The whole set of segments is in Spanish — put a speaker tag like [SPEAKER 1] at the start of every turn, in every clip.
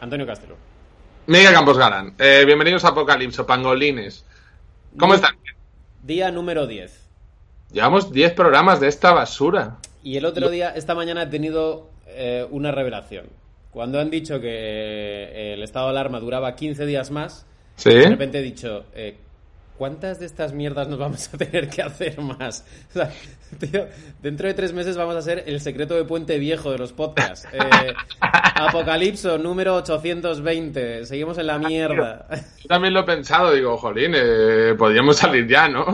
[SPEAKER 1] Antonio Castro.
[SPEAKER 2] Miguel Campos Galán. Eh, bienvenidos a Apocalipso, pangolines. ¿Cómo
[SPEAKER 1] Día-
[SPEAKER 2] están?
[SPEAKER 1] Día número 10.
[SPEAKER 2] Llevamos 10 programas de esta basura.
[SPEAKER 1] Y el otro día, esta mañana, he tenido eh, una revelación. Cuando han dicho que eh, el estado de alarma duraba 15 días más,
[SPEAKER 2] ¿Sí?
[SPEAKER 1] de repente he dicho, eh, ¿cuántas de estas mierdas nos vamos a tener que hacer más? O sea, tío, dentro de tres meses vamos a ser el secreto de puente viejo de los podcasts. Eh, Apocalipso número 820. Seguimos en la mierda.
[SPEAKER 2] Yo también lo he pensado, digo, jolín, eh, podríamos salir ya, ¿no?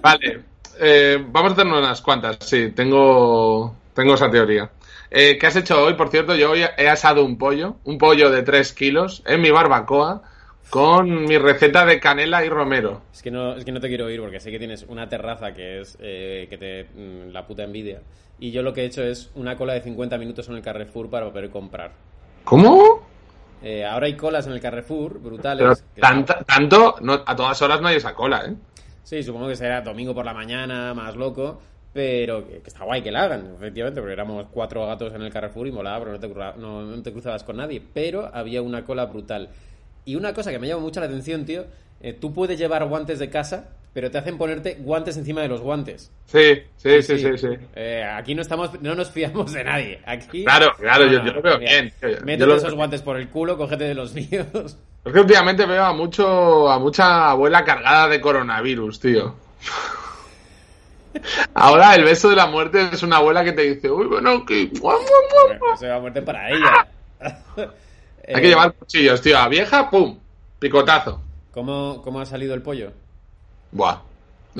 [SPEAKER 2] vale, eh, vamos a hacernos unas cuantas, sí, tengo, tengo esa teoría. Eh, ¿Qué has hecho hoy? Por cierto, yo hoy he asado un pollo, un pollo de 3 kilos, en mi barbacoa, con mi receta de canela y romero.
[SPEAKER 1] Es que, no, es que no te quiero oír porque sé que tienes una terraza que es eh, que te mm, la puta envidia. Y yo lo que he hecho es una cola de 50 minutos en el Carrefour para poder comprar.
[SPEAKER 2] ¿Cómo?
[SPEAKER 1] Eh, ahora hay colas en el Carrefour
[SPEAKER 2] Pero
[SPEAKER 1] brutales. que-
[SPEAKER 2] tanta- tanto, no, a todas horas no hay esa cola, ¿eh?
[SPEAKER 1] Sí, supongo que será domingo por la mañana, más loco. Pero que, que está guay que la hagan, efectivamente, porque éramos cuatro gatos en el Carrefour y molaba, pero no te, cruza- no- no te cruzabas con nadie. Pero había una cola brutal. Y una cosa que me llama mucho la atención, tío, eh, tú puedes llevar guantes de casa, pero te hacen ponerte guantes encima de los guantes.
[SPEAKER 2] Sí, sí, sí, sí, sí.
[SPEAKER 1] Eh, aquí no estamos, no nos fiamos de nadie. Aquí,
[SPEAKER 2] Claro, claro, yo- yo lo veo bien, tío, yo-
[SPEAKER 1] Métete
[SPEAKER 2] yo lo-
[SPEAKER 1] esos guantes por el culo, cógete de los míos.
[SPEAKER 2] Es que últimamente veo a mucho, a mucha abuela cargada de coronavirus, tío. Ahora el beso de la muerte es una abuela que te dice, uy, bueno, que... guau, guau, guau".
[SPEAKER 1] Eso pues va a muerte para ella.
[SPEAKER 2] Hay
[SPEAKER 1] Eh,
[SPEAKER 2] que llevar cuchillos, tío. A vieja, pum, picotazo.
[SPEAKER 1] ¿Cómo, cómo ha salido el pollo?
[SPEAKER 2] Buah,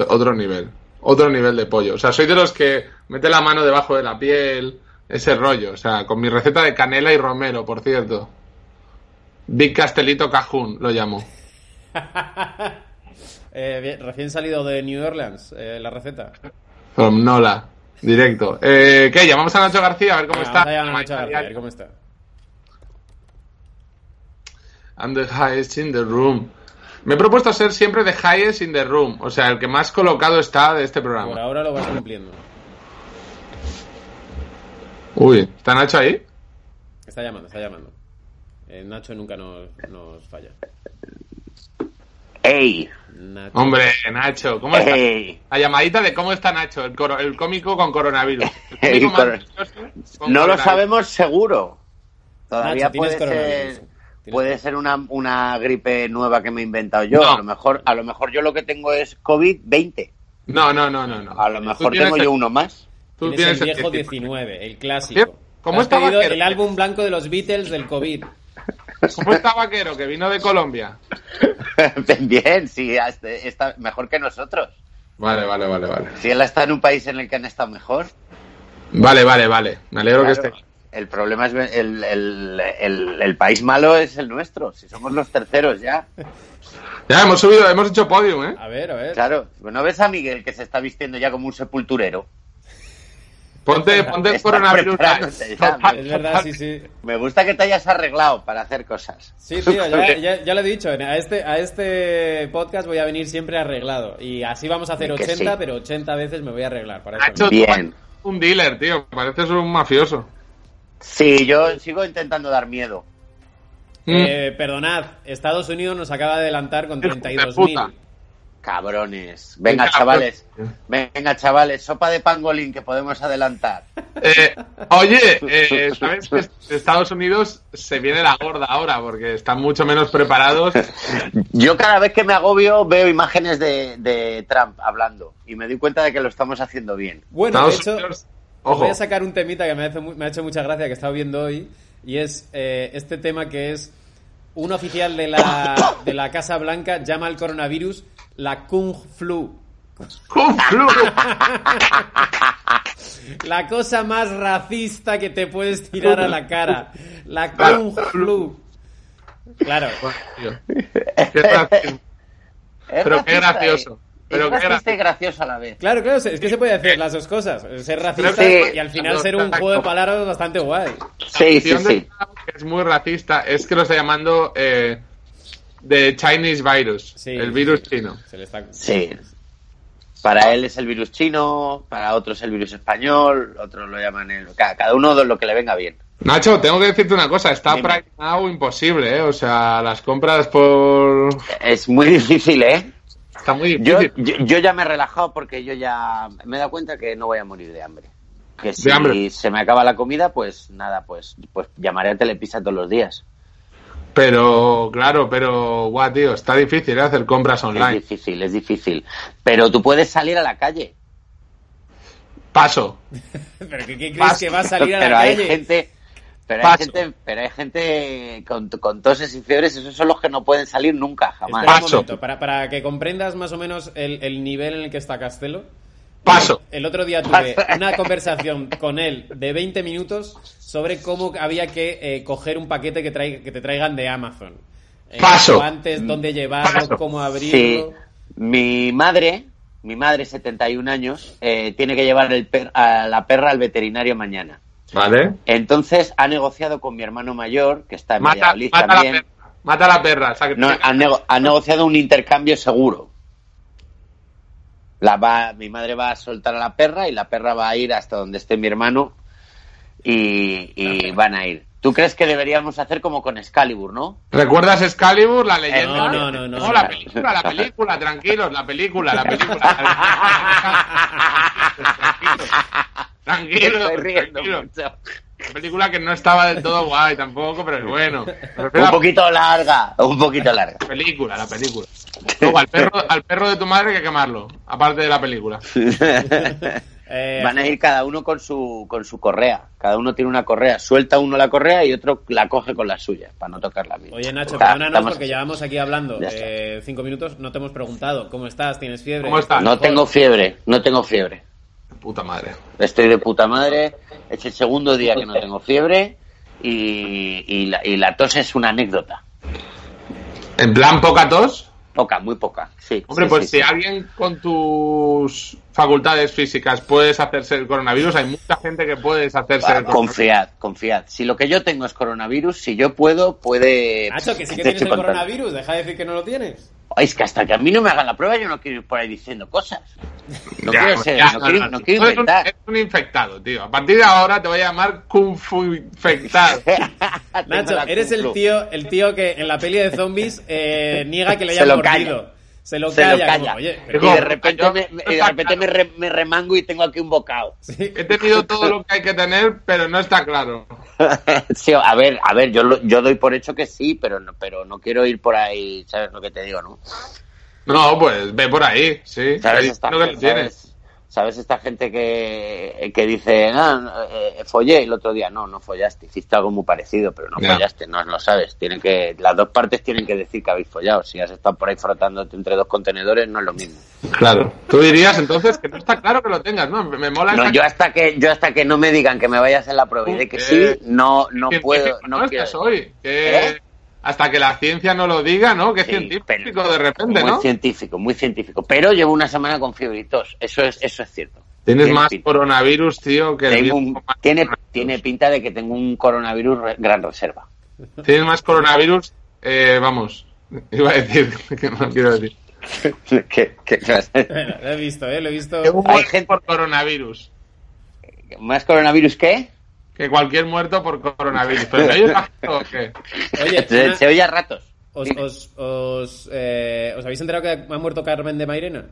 [SPEAKER 2] otro nivel, otro nivel de pollo. O sea, soy de los que mete la mano debajo de la piel, ese rollo. O sea, con mi receta de canela y romero, por cierto. Big Castelito Cajún, lo llamo.
[SPEAKER 1] Eh, bien, recién salido de New Orleans, eh, la receta.
[SPEAKER 2] From Nola, directo. Eh, ¿Qué? Llamamos a Nacho García a ver cómo
[SPEAKER 1] Venga,
[SPEAKER 2] está.
[SPEAKER 1] vamos a llamar a Nacho García, a ver cómo está.
[SPEAKER 2] I'm the highest in the room. Me he propuesto ser siempre the highest in the room, o sea, el que más colocado está de este
[SPEAKER 1] Por
[SPEAKER 2] programa.
[SPEAKER 1] ahora lo vas cumpliendo.
[SPEAKER 2] Uy, ¿está Nacho ahí?
[SPEAKER 1] Está llamando, está llamando. Eh, Nacho nunca nos, nos falla.
[SPEAKER 3] ¡Ey!
[SPEAKER 1] Nacho.
[SPEAKER 2] Hombre, Nacho, ¿cómo está?
[SPEAKER 3] ¡Ey!
[SPEAKER 2] La llamadita de cómo está Nacho, el, coro- el cómico con coronavirus. El
[SPEAKER 3] El
[SPEAKER 2] cómico
[SPEAKER 3] coro-
[SPEAKER 2] más curioso con
[SPEAKER 3] No lo
[SPEAKER 2] coronavirus.
[SPEAKER 3] sabemos seguro. Todavía
[SPEAKER 1] Nacho, tienes
[SPEAKER 3] puede
[SPEAKER 1] coronavirus.
[SPEAKER 3] ser,
[SPEAKER 1] Tienes-
[SPEAKER 3] puede ser una, una gripe nueva que me he inventado yo.
[SPEAKER 2] No.
[SPEAKER 3] A, lo mejor, a lo mejor yo lo que tengo es COVID-20.
[SPEAKER 2] No, no, no, no. no.
[SPEAKER 3] A lo
[SPEAKER 2] Tú
[SPEAKER 3] mejor
[SPEAKER 2] tienes
[SPEAKER 3] tengo
[SPEAKER 2] el-
[SPEAKER 3] yo uno más.
[SPEAKER 2] Tú
[SPEAKER 1] Tienes
[SPEAKER 2] tienes
[SPEAKER 1] el viejo
[SPEAKER 2] 19.
[SPEAKER 1] 19, el
[SPEAKER 2] Cierto.
[SPEAKER 1] clásico.
[SPEAKER 2] ¿Cómo
[SPEAKER 1] Te has
[SPEAKER 2] está
[SPEAKER 1] pedido
[SPEAKER 2] Vaquero?
[SPEAKER 1] el álbum blanco de los Beatles del COVID.
[SPEAKER 2] ¿Cómo está Vaquero, que vino de Colombia?
[SPEAKER 3] Bien, sí, hasta- está mejor que nosotros.
[SPEAKER 2] Vale, vale, vale, vale.
[SPEAKER 3] Si él está en un país en el que han estado mejor.
[SPEAKER 2] Vale, vale, vale. Me alegro que
[SPEAKER 3] claro,
[SPEAKER 2] esté.
[SPEAKER 3] El problema es ve- el, el- el- el país malo es el nuestro. Si somos los terceros ya.
[SPEAKER 2] Ya, hemos subido, hemos hecho podium, ¿eh?
[SPEAKER 1] A ver, a ver.
[SPEAKER 3] Claro. ¿No ves a Miguel que se está vistiendo ya como un sepulturero?
[SPEAKER 2] Ponte, ponte
[SPEAKER 3] Está
[SPEAKER 2] coronavirus.
[SPEAKER 3] preparándose ya,
[SPEAKER 2] Total,
[SPEAKER 1] Es verdad, sí, sí.
[SPEAKER 3] Me gusta que te hayas arreglado para hacer cosas.
[SPEAKER 1] Sí, tío, ya, ya- ya lo he dicho. A este, a este podcast voy a venir siempre arreglado. Y así vamos a hacer
[SPEAKER 3] Que
[SPEAKER 1] 80,
[SPEAKER 3] sí.
[SPEAKER 1] pero 80 veces me voy a arreglar. Para eso.
[SPEAKER 2] Nacho, tú
[SPEAKER 3] Bien.
[SPEAKER 2] pareces un dealer, tío. Pareces un mafioso.
[SPEAKER 3] Sí, yo sigo intentando dar miedo.
[SPEAKER 1] Eh, perdonad, Estados Unidos nos acaba de adelantar con
[SPEAKER 2] Hijo de
[SPEAKER 1] 32.000.
[SPEAKER 2] puta.
[SPEAKER 3] Cabrones.
[SPEAKER 2] Venga,
[SPEAKER 3] Venga,
[SPEAKER 2] pues,
[SPEAKER 3] chavales. Venga, chavales. Sopa de pangolín que podemos adelantar.
[SPEAKER 2] Eh, oye, eh, ¿sabes que Estados Unidos se viene la gorda ahora? Porque están mucho menos preparados.
[SPEAKER 3] Yo cada vez que me agobio veo imágenes de, de Trump hablando y me doy cuenta de que lo estamos haciendo bien.
[SPEAKER 1] Bueno, de
[SPEAKER 2] Estados
[SPEAKER 1] hecho,
[SPEAKER 2] Unidos,
[SPEAKER 1] os voy
[SPEAKER 2] ojo,
[SPEAKER 1] a sacar un temita que me, hace mu- me ha hecho mucha gracia que he estado viendo hoy. Y es eh, este tema que es un oficial de la, de la Casa Blanca llama al coronavirus la Kung Flu.
[SPEAKER 2] Kung Flu.
[SPEAKER 1] La cosa más racista que te puedes tirar a la cara. La Kung Flu. Claro.
[SPEAKER 2] Bueno, tío, qué racismo.
[SPEAKER 3] Es
[SPEAKER 2] Pero qué
[SPEAKER 3] racista,
[SPEAKER 2] gracioso.
[SPEAKER 3] eh.
[SPEAKER 2] Pero
[SPEAKER 3] es
[SPEAKER 2] qué
[SPEAKER 3] racista y gracioso a la vez.
[SPEAKER 1] Claro, claro, es que se puede hacer las dos cosas. Ser racista
[SPEAKER 3] Sí.
[SPEAKER 1] y al final ser un juego de palabras bastante guay.
[SPEAKER 3] Sí, sí,
[SPEAKER 2] opción de
[SPEAKER 3] sí.
[SPEAKER 2] Trump, que es muy racista, es que lo está llamando eh, The Chinese Virus,
[SPEAKER 1] Sí,
[SPEAKER 2] el virus
[SPEAKER 1] sí.
[SPEAKER 2] chino.
[SPEAKER 1] Se le está-
[SPEAKER 3] Sí. Para él es el virus chino, para otros el virus español, otros lo llaman el... Cada, cada uno de lo que le venga bien.
[SPEAKER 2] Nacho, tengo que decirte una cosa, está
[SPEAKER 3] Dime.
[SPEAKER 2] Prime Now imposible, ¿eh? O sea, las compras por...
[SPEAKER 3] Es muy difícil, ¿eh?
[SPEAKER 2] Está muy
[SPEAKER 3] Yo,
[SPEAKER 2] difícil.
[SPEAKER 3] yo, yo ya me he relajado porque yo ya me he dado cuenta que no voy a morir de hambre. Que si
[SPEAKER 2] hambre.
[SPEAKER 3] se me acaba la comida, pues nada, pues, pues llamaré a Telepizza todos los días.
[SPEAKER 2] Pero, claro, pero, guau, tío, está difícil ¿eh? hacer compras
[SPEAKER 3] Es
[SPEAKER 2] online.
[SPEAKER 3] difícil, es difícil. Pero tú puedes salir a la calle.
[SPEAKER 2] Paso.
[SPEAKER 1] ¿Pero qué, qué crees
[SPEAKER 2] Vas-
[SPEAKER 1] que va a salir a la
[SPEAKER 3] pero hay
[SPEAKER 1] calle?
[SPEAKER 3] gente... Pero hay,
[SPEAKER 2] Paso.
[SPEAKER 3] gente, pero hay gente con, con toses y fiebres, esos son los que no pueden salir nunca,
[SPEAKER 1] Espera
[SPEAKER 3] jamás.
[SPEAKER 1] un
[SPEAKER 2] Paso.
[SPEAKER 1] momento, para, para que comprendas más o menos el, el nivel en el que está Castelo.
[SPEAKER 2] Paso.
[SPEAKER 1] El otro día tuve una conversación con él de 20 minutos sobre cómo había que eh, coger un paquete que, trae- que te traigan de Amazon. Eh,
[SPEAKER 2] Paso.
[SPEAKER 1] Antes, dónde llevarlo,
[SPEAKER 2] Paso.
[SPEAKER 1] cómo
[SPEAKER 3] Sí,
[SPEAKER 1] abrirlo.
[SPEAKER 3] mi madre, mi madre, 71 años, eh, tiene que llevar el per- a la perra al veterinario mañana.
[SPEAKER 2] ¿Vale?
[SPEAKER 3] Entonces ha negociado con mi hermano mayor, que está en
[SPEAKER 2] Mata,
[SPEAKER 3] Valladolid
[SPEAKER 2] mata a la
[SPEAKER 3] también.
[SPEAKER 2] perra. Mata a la perra. sacrifica.
[SPEAKER 3] No, ha, nego- ha negociado un intercambio seguro. La va, mi madre va a soltar a la perra y la perra va a ir hasta donde esté mi hermano y, y van a ir. ¿Tú crees que deberíamos hacer como con Excalibur, no?
[SPEAKER 2] ¿Recuerdas Excalibur, la leyenda?
[SPEAKER 1] No, no, no, no.
[SPEAKER 2] la película, la película, tranquilos, la película, la película. Tranquilos,
[SPEAKER 3] Estoy riendo
[SPEAKER 2] tranquilos.
[SPEAKER 3] mucho.
[SPEAKER 2] Una película que no estaba del todo guay tampoco, pero es bueno. Me refiero a
[SPEAKER 3] Un
[SPEAKER 2] la
[SPEAKER 3] poquito larga, un poquito larga.
[SPEAKER 2] película, la película. Luego, al perro, al perro de tu madre hay que quemarlo, aparte de la película.
[SPEAKER 1] Eh,
[SPEAKER 3] Van a ir cada uno con su, con su correa. Cada uno tiene una correa. Suelta uno la correa y otro la coge con la suya, para no tocar la misma.
[SPEAKER 1] Oye, Nacho,
[SPEAKER 3] Está-
[SPEAKER 1] perdónanos
[SPEAKER 3] estamos-
[SPEAKER 1] porque llevamos aquí hablando
[SPEAKER 3] Ya está.
[SPEAKER 1] eh, cinco minutos. No te hemos preguntado cómo estás, tienes fiebre.
[SPEAKER 2] ¿Cómo estás?
[SPEAKER 3] No tengo fiebre, no tengo fiebre.
[SPEAKER 2] Puta madre.
[SPEAKER 3] Estoy de puta madre. Es el segundo día que no tengo fiebre y, y la, y la tos es una anécdota.
[SPEAKER 2] En plan poca tos.
[SPEAKER 3] Poca, muy poca. Sí,
[SPEAKER 2] Hombre,
[SPEAKER 3] sí,
[SPEAKER 2] pues
[SPEAKER 3] sí,
[SPEAKER 2] si
[SPEAKER 3] sí.
[SPEAKER 2] alguien con tus facultades físicas puedes hacerse el coronavirus, hay mucha gente que puedes hacerse el coronavirus.
[SPEAKER 3] Ah, Confiad, confiad. Si lo que yo tengo es coronavirus, si yo puedo, puede.
[SPEAKER 1] Nacho, que sí que
[SPEAKER 3] Te
[SPEAKER 1] tienes
[SPEAKER 3] estoy
[SPEAKER 1] el
[SPEAKER 3] contando.
[SPEAKER 1] coronavirus, deja de decir que no lo tienes.
[SPEAKER 3] Ay, Es que hasta que a mí no me hagan la prueba, yo no quiero ir por ahí diciendo cosas. No
[SPEAKER 2] Ya,
[SPEAKER 3] quiero ser,
[SPEAKER 2] ya,
[SPEAKER 3] no, quiero, no quiero
[SPEAKER 2] Tú eres un-
[SPEAKER 3] inventar.
[SPEAKER 2] Eres un infectado, tío. A partir de ahora te voy a llamar Kung Fu infectado.
[SPEAKER 3] Ah, Tengo
[SPEAKER 1] Nacho,
[SPEAKER 3] la
[SPEAKER 1] eres el
[SPEAKER 3] cuclu.
[SPEAKER 1] tío, el tío que en la peli de zombies eh, niega que le
[SPEAKER 3] Se
[SPEAKER 1] hayan
[SPEAKER 3] lo calla.
[SPEAKER 1] mordido. Se lo
[SPEAKER 3] Se
[SPEAKER 1] calla.
[SPEAKER 3] lo calla.
[SPEAKER 1] como, Oye,
[SPEAKER 3] Y
[SPEAKER 1] pero-
[SPEAKER 3] de repente,
[SPEAKER 2] Yo-
[SPEAKER 3] me, me- y de repente me, re- me remango y tengo aquí un bocado.
[SPEAKER 1] sí.
[SPEAKER 2] He tenido todo lo que hay que tener, pero no está claro.
[SPEAKER 3] Sí, a ver, a ver, yo, lo- yo doy por hecho que sí, pero no, pero no quiero ir por ahí, ¿sabes lo que te digo, no?
[SPEAKER 2] No, pues ve por ahí, sí.
[SPEAKER 3] ¿Sabes
[SPEAKER 2] Ahí
[SPEAKER 3] esta,
[SPEAKER 2] creo que lo tienes.
[SPEAKER 3] ¿sabes, sabes esta gente que, que dice, ah, no, eh, follé el otro día? No, no follaste, hiciste algo muy parecido, pero no
[SPEAKER 2] Ya.
[SPEAKER 3] follaste, no lo sabes. Tienen que, las dos partes tienen que decir que habéis follado. Si has estado por ahí frotándote entre dos contenedores, no es lo mismo.
[SPEAKER 2] Claro. Tú dirías entonces que no está claro que lo tengas, ¿no? Me, me mola
[SPEAKER 3] No,
[SPEAKER 2] esta-
[SPEAKER 3] yo hasta que yo hasta que no me digan que me vaya a hacer la prueba y de que
[SPEAKER 2] Eh,
[SPEAKER 3] sí, no no
[SPEAKER 2] científico,
[SPEAKER 3] puedo, no
[SPEAKER 2] Estás
[SPEAKER 3] quiero.
[SPEAKER 2] hoy. Que
[SPEAKER 3] ¿Eh?
[SPEAKER 2] Hasta que la ciencia no lo diga, ¿no? Que es
[SPEAKER 3] Sí,
[SPEAKER 2] científico
[SPEAKER 3] pero-
[SPEAKER 2] de repente,
[SPEAKER 3] muy
[SPEAKER 2] ¿no?
[SPEAKER 3] científico, muy científico. Pero llevo una semana con fiebre y tos. Eso es, eso es cierto.
[SPEAKER 2] Tienes
[SPEAKER 3] Tiene
[SPEAKER 2] más
[SPEAKER 3] pinta.
[SPEAKER 2] coronavirus, tío, que el
[SPEAKER 3] Tengo
[SPEAKER 2] viejo
[SPEAKER 3] un-
[SPEAKER 2] más
[SPEAKER 3] tiene,
[SPEAKER 2] coronavirus.
[SPEAKER 3] tiene pinta de que tengo un coronavirus re- gran reserva.
[SPEAKER 2] Tienes más coronavirus, eh, vamos. Iba a decir, que no quiero decir.
[SPEAKER 3] ¿Qué- qué clase?
[SPEAKER 1] Bueno, lo he visto, eh, lo he visto.
[SPEAKER 2] Que un
[SPEAKER 3] Hay
[SPEAKER 2] muerto
[SPEAKER 3] gente-
[SPEAKER 2] por coronavirus.
[SPEAKER 3] ¿Más coronavirus qué?
[SPEAKER 2] Que cualquier muerto por coronavirus. ¿Pero me oyes bajito o qué?
[SPEAKER 1] Oye,
[SPEAKER 3] se,
[SPEAKER 1] una-
[SPEAKER 3] se oye a ratos.
[SPEAKER 1] os, os- os, eh, ¿os habéis enterado que ha muerto Carmen de Mairena?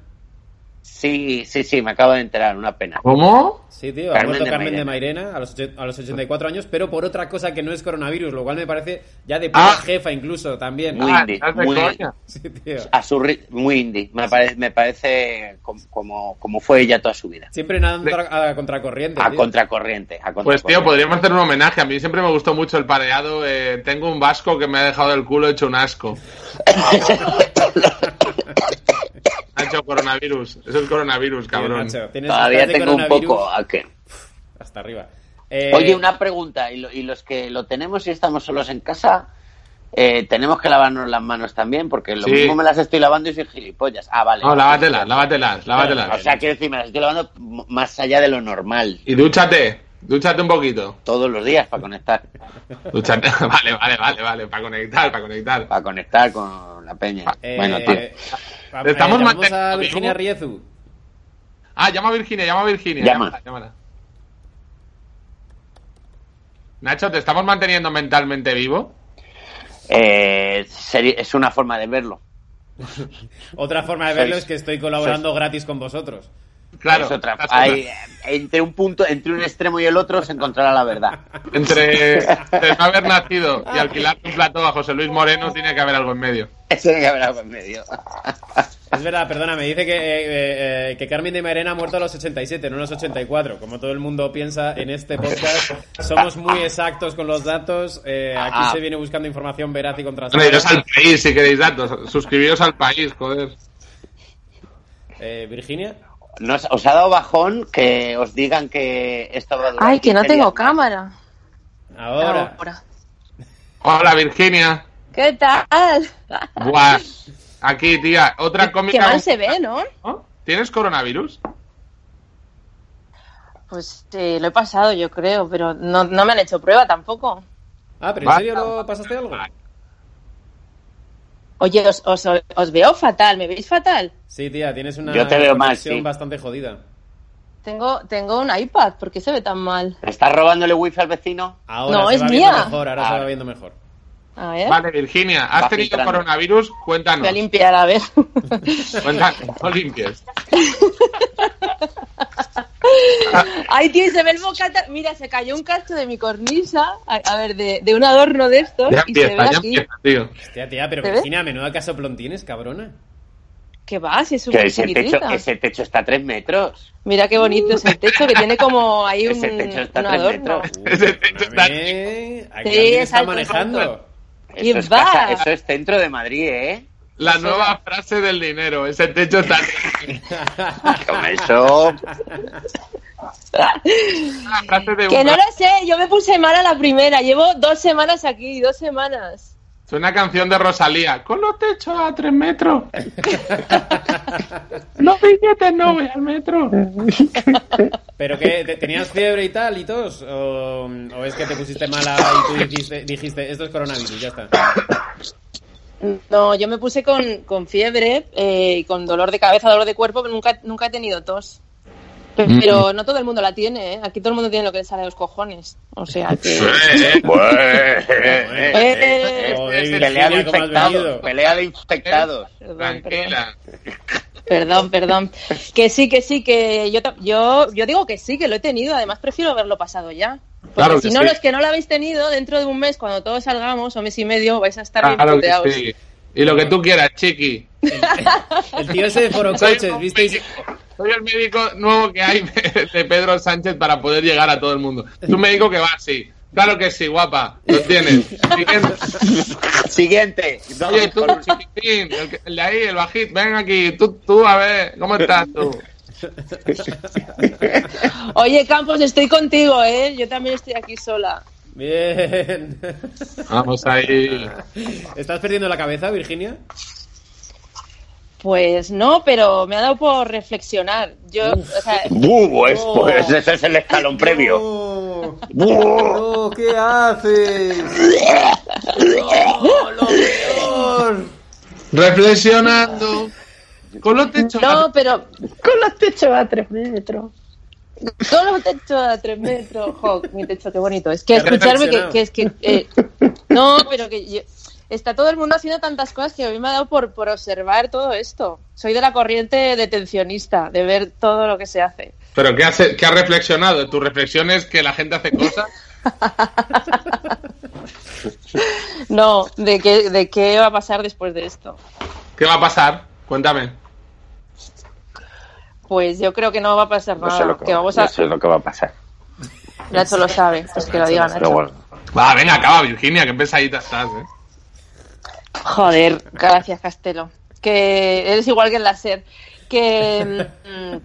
[SPEAKER 3] Sí, sí, sí, me acabo de enterar, una pena.
[SPEAKER 2] ¿Cómo?
[SPEAKER 1] Sí, tío, ha
[SPEAKER 3] Carmen
[SPEAKER 1] muerto
[SPEAKER 3] de
[SPEAKER 1] Carmen de Mairena a los, ocho- a los 84 años, pero por otra cosa que no es coronavirus, lo cual me parece ya de puta
[SPEAKER 2] Ah.
[SPEAKER 1] jefa incluso también.
[SPEAKER 3] Muy
[SPEAKER 2] Ah,
[SPEAKER 3] indie,
[SPEAKER 2] estás de
[SPEAKER 3] muy
[SPEAKER 2] coña.
[SPEAKER 3] indie.
[SPEAKER 1] Sí, tío.
[SPEAKER 3] A su ri- muy indie, me, pare- me parece com- como, como fue ella toda su vida.
[SPEAKER 1] Siempre nadando a a contracorriente.
[SPEAKER 3] A
[SPEAKER 1] tío.
[SPEAKER 3] contracorriente, a contracorriente.
[SPEAKER 2] Pues tío, podríamos hacer un homenaje. A mí siempre me gustó mucho el pareado. eh, tengo un vasco que me ha dejado el culo hecho un asco. Ha hecho coronavirus. Es el coronavirus,
[SPEAKER 1] Tío,
[SPEAKER 2] cabrón.
[SPEAKER 1] macho, tienes-
[SPEAKER 3] Todavía
[SPEAKER 1] estás de
[SPEAKER 3] tengo un
[SPEAKER 1] coronavirus
[SPEAKER 3] poco a que...
[SPEAKER 1] Hasta arriba. Eh,
[SPEAKER 3] Oye, una pregunta. ¿Y, lo- y los que lo tenemos y estamos solos en casa, eh, tenemos que lavarnos las manos también? Porque lo
[SPEAKER 2] Sí.
[SPEAKER 3] mismo me las estoy lavando y soy gilipollas. Ah, vale.
[SPEAKER 2] No, lávatelas, lávatelas, lávatelas.
[SPEAKER 3] O sea, quiero decir, me las estoy lavando m- más allá de lo normal
[SPEAKER 2] Y dúchate, dúchate un poquito.
[SPEAKER 3] todos los días para conectar,
[SPEAKER 2] Dúchate. Vale, vale, vale, vale. Para conectar, para conectar.
[SPEAKER 3] para conectar con la
[SPEAKER 2] Ah,
[SPEAKER 3] peña.
[SPEAKER 1] eh,
[SPEAKER 3] bueno, tío.
[SPEAKER 1] a-
[SPEAKER 2] Le estamos
[SPEAKER 1] eh, llamamos
[SPEAKER 2] manteniendo
[SPEAKER 1] a
[SPEAKER 2] vivo.
[SPEAKER 1] Virginia Riezu.
[SPEAKER 2] Ah, llama a Virginia, llama a Virginia.
[SPEAKER 3] Llama.
[SPEAKER 2] Llámala, llámala. Nacho, ¿te estamos manteniendo mentalmente vivo?
[SPEAKER 3] Eh, seri- es una forma de verlo.
[SPEAKER 1] Otra forma de verlo
[SPEAKER 3] Sois-
[SPEAKER 1] es que estoy colaborando gratis con vosotros.
[SPEAKER 2] Claro.
[SPEAKER 3] Es otra-
[SPEAKER 2] estás-
[SPEAKER 3] hay- entre un punto, entre un extremo y el otro se encontrará la verdad.
[SPEAKER 2] Entre, entre no haber nacido y alquilar un plato a José Luis Moreno tiene que haber algo en medio.
[SPEAKER 3] Eso tiene que haber algo en medio.
[SPEAKER 1] Es verdad, perdona, me dice que, eh, eh, eh, que Carmen de Mairena ha muerto a los 87, no a los 84. Como todo el mundo piensa en este podcast, somos muy exactos con los datos. eh, aquí
[SPEAKER 3] Ah.
[SPEAKER 1] se viene buscando información veraz y contrastada.
[SPEAKER 2] Iros al país si queréis datos. Suscribiros al país, joder.
[SPEAKER 1] Eh, Virginia,
[SPEAKER 3] Nos, os ha dado bajón que os digan que esto va a durar
[SPEAKER 4] Ay, que no
[SPEAKER 3] 15
[SPEAKER 4] tengo
[SPEAKER 3] días.
[SPEAKER 4] cámara.
[SPEAKER 1] ahora.
[SPEAKER 4] Ahora.
[SPEAKER 2] Hola, Virginia.
[SPEAKER 4] ¿Qué tal?
[SPEAKER 2] Buah. Aquí, tía, otra
[SPEAKER 4] Qué
[SPEAKER 2] cómica.
[SPEAKER 4] mal se ve, ¿no?
[SPEAKER 2] ¿No? ¿Tienes coronavirus?
[SPEAKER 4] Pues eh, lo he pasado, yo creo, pero no, no me han hecho prueba tampoco.
[SPEAKER 1] Ah, pero ¿en
[SPEAKER 2] Va.
[SPEAKER 1] serio lo pasaste algo?
[SPEAKER 4] Oye, os, os, os veo fatal, ¿me veis fatal?
[SPEAKER 1] Sí, tía, tienes una
[SPEAKER 3] Yo te veo mal,
[SPEAKER 1] conexión
[SPEAKER 3] sí.
[SPEAKER 1] bastante jodida.
[SPEAKER 4] Tengo, tengo un iPad, ¿por qué se ve tan mal?
[SPEAKER 3] ¿Estás robándole wifi al vecino?
[SPEAKER 1] Ahora
[SPEAKER 4] No,
[SPEAKER 1] se
[SPEAKER 4] es
[SPEAKER 1] va
[SPEAKER 4] mía.
[SPEAKER 1] viendo mejor, ahora se
[SPEAKER 3] Ahora.
[SPEAKER 1] va viendo mejor.
[SPEAKER 4] A ver,
[SPEAKER 2] Vale, Virginia, ¿has
[SPEAKER 3] Va
[SPEAKER 2] tenido
[SPEAKER 3] filtrando.
[SPEAKER 2] coronavirus? Cuéntanos.
[SPEAKER 4] voy a limpiar, a ver.
[SPEAKER 2] Cuéntanos, no limpies.
[SPEAKER 4] Ay, tío, y se ve el bocata. Mira, se cayó un cacho de mi cornisa, a, a ver, de, de un adorno de estos,
[SPEAKER 2] Ya
[SPEAKER 4] y se ve
[SPEAKER 2] empieza, ya
[SPEAKER 4] aquí.
[SPEAKER 2] empieza, tío.
[SPEAKER 1] Hostia, tía, pero
[SPEAKER 4] ¿Te ves?
[SPEAKER 1] Virginia, menuda casoplón tienes, cabrona.
[SPEAKER 4] ¿Qué va? Si es un
[SPEAKER 3] Que ese techo,
[SPEAKER 4] chiquitita.
[SPEAKER 3] ese techo está a tres metros.
[SPEAKER 4] Mira qué bonito es el techo, que tiene como ahí un,
[SPEAKER 3] Ese techo está
[SPEAKER 4] un
[SPEAKER 3] a tres
[SPEAKER 4] adorno.
[SPEAKER 3] metros.
[SPEAKER 2] Ese techo está
[SPEAKER 1] Perdóname, Aquí
[SPEAKER 4] Sí,
[SPEAKER 1] alguien
[SPEAKER 4] es
[SPEAKER 1] está
[SPEAKER 4] alto, es
[SPEAKER 1] manejando.
[SPEAKER 4] alto. Y
[SPEAKER 3] Eso es,
[SPEAKER 4] va.
[SPEAKER 3] casa- eso es centro de Madrid, ¿eh?
[SPEAKER 2] La nueva frase del dinero. Ese techo está.
[SPEAKER 3] Con eso...
[SPEAKER 2] La frase de
[SPEAKER 4] Que
[SPEAKER 2] un-
[SPEAKER 4] no lo sé, yo me puse mal a la primera. Llevo dos semanas aquí, dos semanas.
[SPEAKER 2] Es una canción de Rosalía. Con los techos a tres metros. los billetes no voy al metro.
[SPEAKER 1] ¿Pero qué? ¿Te- ¿Tenías fiebre y tal y tos? ¿O, o es que te pusiste mala y tú dijiste, dijiste, esto es coronavirus, ya está?
[SPEAKER 4] No, yo me puse con, con fiebre eh, y con dolor de cabeza, dolor de cuerpo, pero nunca, nunca he tenido tos.
[SPEAKER 2] Mm.
[SPEAKER 4] Pero no todo el mundo la tiene, ¿eh? Aquí todo el mundo tiene lo que le sale de los cojones. O sea que. eh,
[SPEAKER 1] Joder, Virginia,
[SPEAKER 3] Pelea de
[SPEAKER 1] ¿cómo has venido?
[SPEAKER 3] infectados. Pelea de infectados.
[SPEAKER 4] Perdón, perdón.
[SPEAKER 2] Tranquila.
[SPEAKER 4] Perdón, perdón. Que sí, que sí, que yo, ta- yo, yo digo que sí, que lo he tenido. Además, prefiero haberlo pasado ya. Porque
[SPEAKER 2] Claro que
[SPEAKER 4] si no,
[SPEAKER 2] sí.
[SPEAKER 4] los que no lo habéis tenido, dentro de un mes, cuando todos salgamos, o mes y medio, vais a estar bien
[SPEAKER 2] Claro que
[SPEAKER 4] puteados.
[SPEAKER 2] sí. Y lo que tú quieras, chiqui.
[SPEAKER 1] El tío ese de Foro
[SPEAKER 2] Soy,
[SPEAKER 1] Coches,
[SPEAKER 2] un
[SPEAKER 1] ¿visteis?
[SPEAKER 2] médico- soy el médico nuevo que hay de Pedro Sánchez para poder llegar a todo el mundo. Es un médico que va así. Claro que sí, guapa. Lo tienes. Siguiente.
[SPEAKER 3] Siguiente.
[SPEAKER 2] Oye, tú, chiquitín, el, que- el de ahí, el bajito, ven aquí. Tú, tú, a ver, ¿cómo estás tú?
[SPEAKER 4] Oye, Campos, estoy contigo, ¿eh? Yo también estoy aquí sola.
[SPEAKER 1] Bien.
[SPEAKER 2] Vamos ahí.
[SPEAKER 1] ¿Estás perdiendo la cabeza, Virginia?
[SPEAKER 4] Pues no, pero me ha dado por reflexionar. Yo, o sea,
[SPEAKER 3] Buh, es-
[SPEAKER 1] No.
[SPEAKER 3] pues ese es el escalón previo.
[SPEAKER 1] No,
[SPEAKER 3] Buh.
[SPEAKER 1] no, Oh. ¿qué haces? No, lo peor.
[SPEAKER 2] Reflexionando. Con los techos.
[SPEAKER 4] no, pero
[SPEAKER 5] Con los techos a tres metros.
[SPEAKER 4] Todos los techos a tres metros. Jo, mi techo, qué bonito. Es que
[SPEAKER 1] Qué
[SPEAKER 4] escucharme que,
[SPEAKER 1] reflexionado.
[SPEAKER 4] que es que... eh, no, pero que yo... está todo el mundo haciendo tantas cosas que a mí me ha dado por, por observar todo esto. Soy de la corriente detencionista, de ver todo lo que se hace.
[SPEAKER 2] ¿Pero qué, hace, qué has reflexionado? ¿Tu reflexión es que la gente hace cosas?
[SPEAKER 4] No, de qué, de qué va a pasar después de esto.
[SPEAKER 2] ¿Qué va a pasar? Cuéntame.
[SPEAKER 4] Pues yo creo que no va a pasar
[SPEAKER 3] No
[SPEAKER 4] nada.
[SPEAKER 3] sé lo que,
[SPEAKER 4] que vamos
[SPEAKER 3] no
[SPEAKER 4] a...
[SPEAKER 3] sé lo que va a pasar.
[SPEAKER 4] Nacho lo sabe, pues que lo diga Nacho.
[SPEAKER 3] Pero bueno.
[SPEAKER 2] Va, venga, acaba, Virginia, qué pesadita estás, ¿eh?
[SPEAKER 4] Joder, gracias Castelo. Que eres igual que en la SER. Que, mm,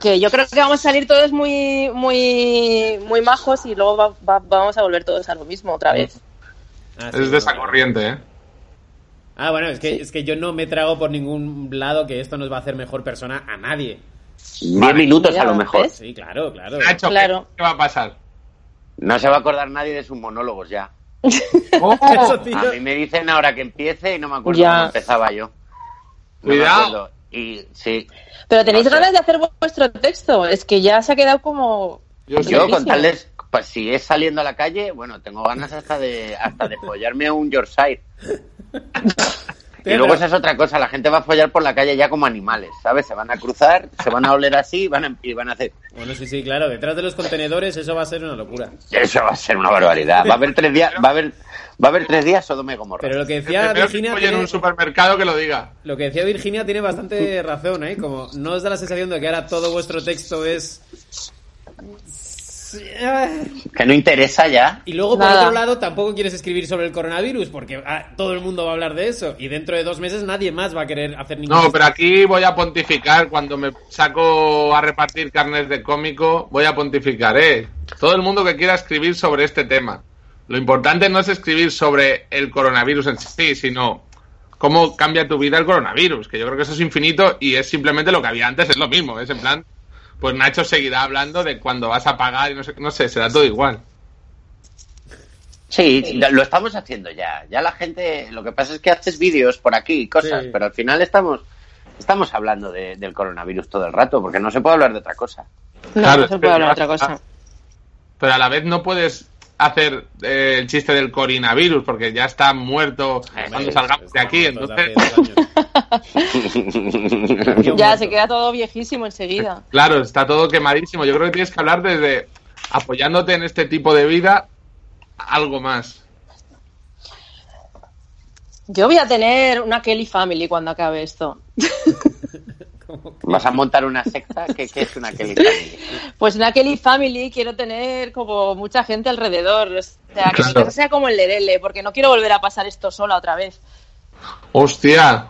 [SPEAKER 4] que yo creo que vamos a salir todos muy, muy, muy majos y luego va- va- vamos a volver todos a lo mismo otra vez.
[SPEAKER 1] Ah, sí,
[SPEAKER 2] Es de
[SPEAKER 1] no,
[SPEAKER 2] esa
[SPEAKER 1] no.
[SPEAKER 2] corriente, ¿eh?
[SPEAKER 1] Ah, bueno, es que, es que yo no me trago por ningún lado que esto nos va a hacer mejor persona a nadie.
[SPEAKER 3] Diez minutos a
[SPEAKER 4] Ya,
[SPEAKER 3] lo mejor.
[SPEAKER 4] ¿ves?
[SPEAKER 1] Sí, claro, claro.
[SPEAKER 2] Nacho, ¿qué-
[SPEAKER 4] Claro.
[SPEAKER 2] ¿qué va a pasar?
[SPEAKER 3] No se va a acordar nadie de sus monólogos ya.
[SPEAKER 1] Eso, tío.
[SPEAKER 3] Ah, A mí me dicen ahora que empiece y no me acuerdo
[SPEAKER 4] Ya.
[SPEAKER 3] cómo empezaba yo. No me
[SPEAKER 2] Cuidado.
[SPEAKER 3] acuerdo. Y sí,
[SPEAKER 4] Pero tenéis
[SPEAKER 3] No sé.
[SPEAKER 4] ganas de hacer vu- vuestro texto. Es que ya se ha quedado como...
[SPEAKER 2] Yo sí.
[SPEAKER 3] yo
[SPEAKER 4] Buenísimo.
[SPEAKER 3] con tales, pues si es saliendo a la calle, bueno, tengo ganas hasta de hasta de follarme a un Yorkshire. Y luego esa es otra cosa, la gente va a follar por la calle ya como animales, ¿sabes? Se van a cruzar, se van a oler así y van a, y van a hacer...
[SPEAKER 1] Bueno, sí, sí, claro. Detrás de los contenedores eso va a ser una locura.
[SPEAKER 3] Eso va a ser una barbaridad. Va a haber tres días, va a haber, va a haber tres días Sodome y Gomorra.
[SPEAKER 1] Pero lo que
[SPEAKER 2] El primero
[SPEAKER 1] decía
[SPEAKER 2] que
[SPEAKER 1] Virginia...
[SPEAKER 2] folle en
[SPEAKER 1] tiene-
[SPEAKER 2] un supermercado que lo diga.
[SPEAKER 1] Lo que decía Virginia tiene bastante razón, ¿eh? Como no os da la sensación de que ahora todo vuestro texto es... Sí, ah.
[SPEAKER 3] Que no interesa ya.
[SPEAKER 1] Y luego, por
[SPEAKER 4] Nada.
[SPEAKER 1] otro lado, tampoco quieres escribir sobre el coronavirus, porque ah, todo el mundo va a hablar de eso. Y dentro de dos meses nadie más va a querer hacer ningún...
[SPEAKER 2] No, pero aquí voy a pontificar. Cuando me saco a repartir carnes de cómico, voy a pontificar, ¿eh? Todo el mundo que quiera escribir sobre este tema. Lo importante no es escribir sobre el coronavirus en sí, sino cómo cambia tu vida el coronavirus, que yo creo que eso es infinito y es simplemente lo que había antes, es lo mismo, es en plan, pues Nacho seguirá hablando de cuando vas a pagar y no sé, no sé, será todo igual.
[SPEAKER 3] Sí, ya lo estamos haciendo ya. Ya la gente, lo que pasa es que haces vídeos por aquí y cosas,
[SPEAKER 1] Sí.
[SPEAKER 3] pero al final estamos estamos hablando de- del coronavirus todo el rato, porque no se puede hablar de otra cosa.
[SPEAKER 4] No,
[SPEAKER 2] Claro,
[SPEAKER 4] no se puede hablar de otra cosa.
[SPEAKER 2] pero a la vez no puedes hacer eh, el chiste del coronavirus porque ya está muerto
[SPEAKER 3] Eh,
[SPEAKER 2] cuando
[SPEAKER 3] sí,
[SPEAKER 2] salgamos de aquí.
[SPEAKER 1] Estamos
[SPEAKER 2] Entonces,
[SPEAKER 1] todos hace dos años. Yo
[SPEAKER 4] Ya,
[SPEAKER 1] muerto.
[SPEAKER 4] se queda todo viejísimo enseguida.
[SPEAKER 2] claro, está todo quemadísimo. Yo creo que tienes que hablar desde apoyándote en este tipo de vida algo más.
[SPEAKER 4] Yo voy a tener una Kelly Family cuando acabe esto.
[SPEAKER 3] Vas a montar una secta que, que es una Kelly Family.
[SPEAKER 4] Pues una Kelly Family quiero tener como mucha gente alrededor. O sea, que mi
[SPEAKER 2] Claro.
[SPEAKER 4] casa sea como el Lerele, porque no quiero volver a pasar esto sola otra vez.
[SPEAKER 2] Hostia.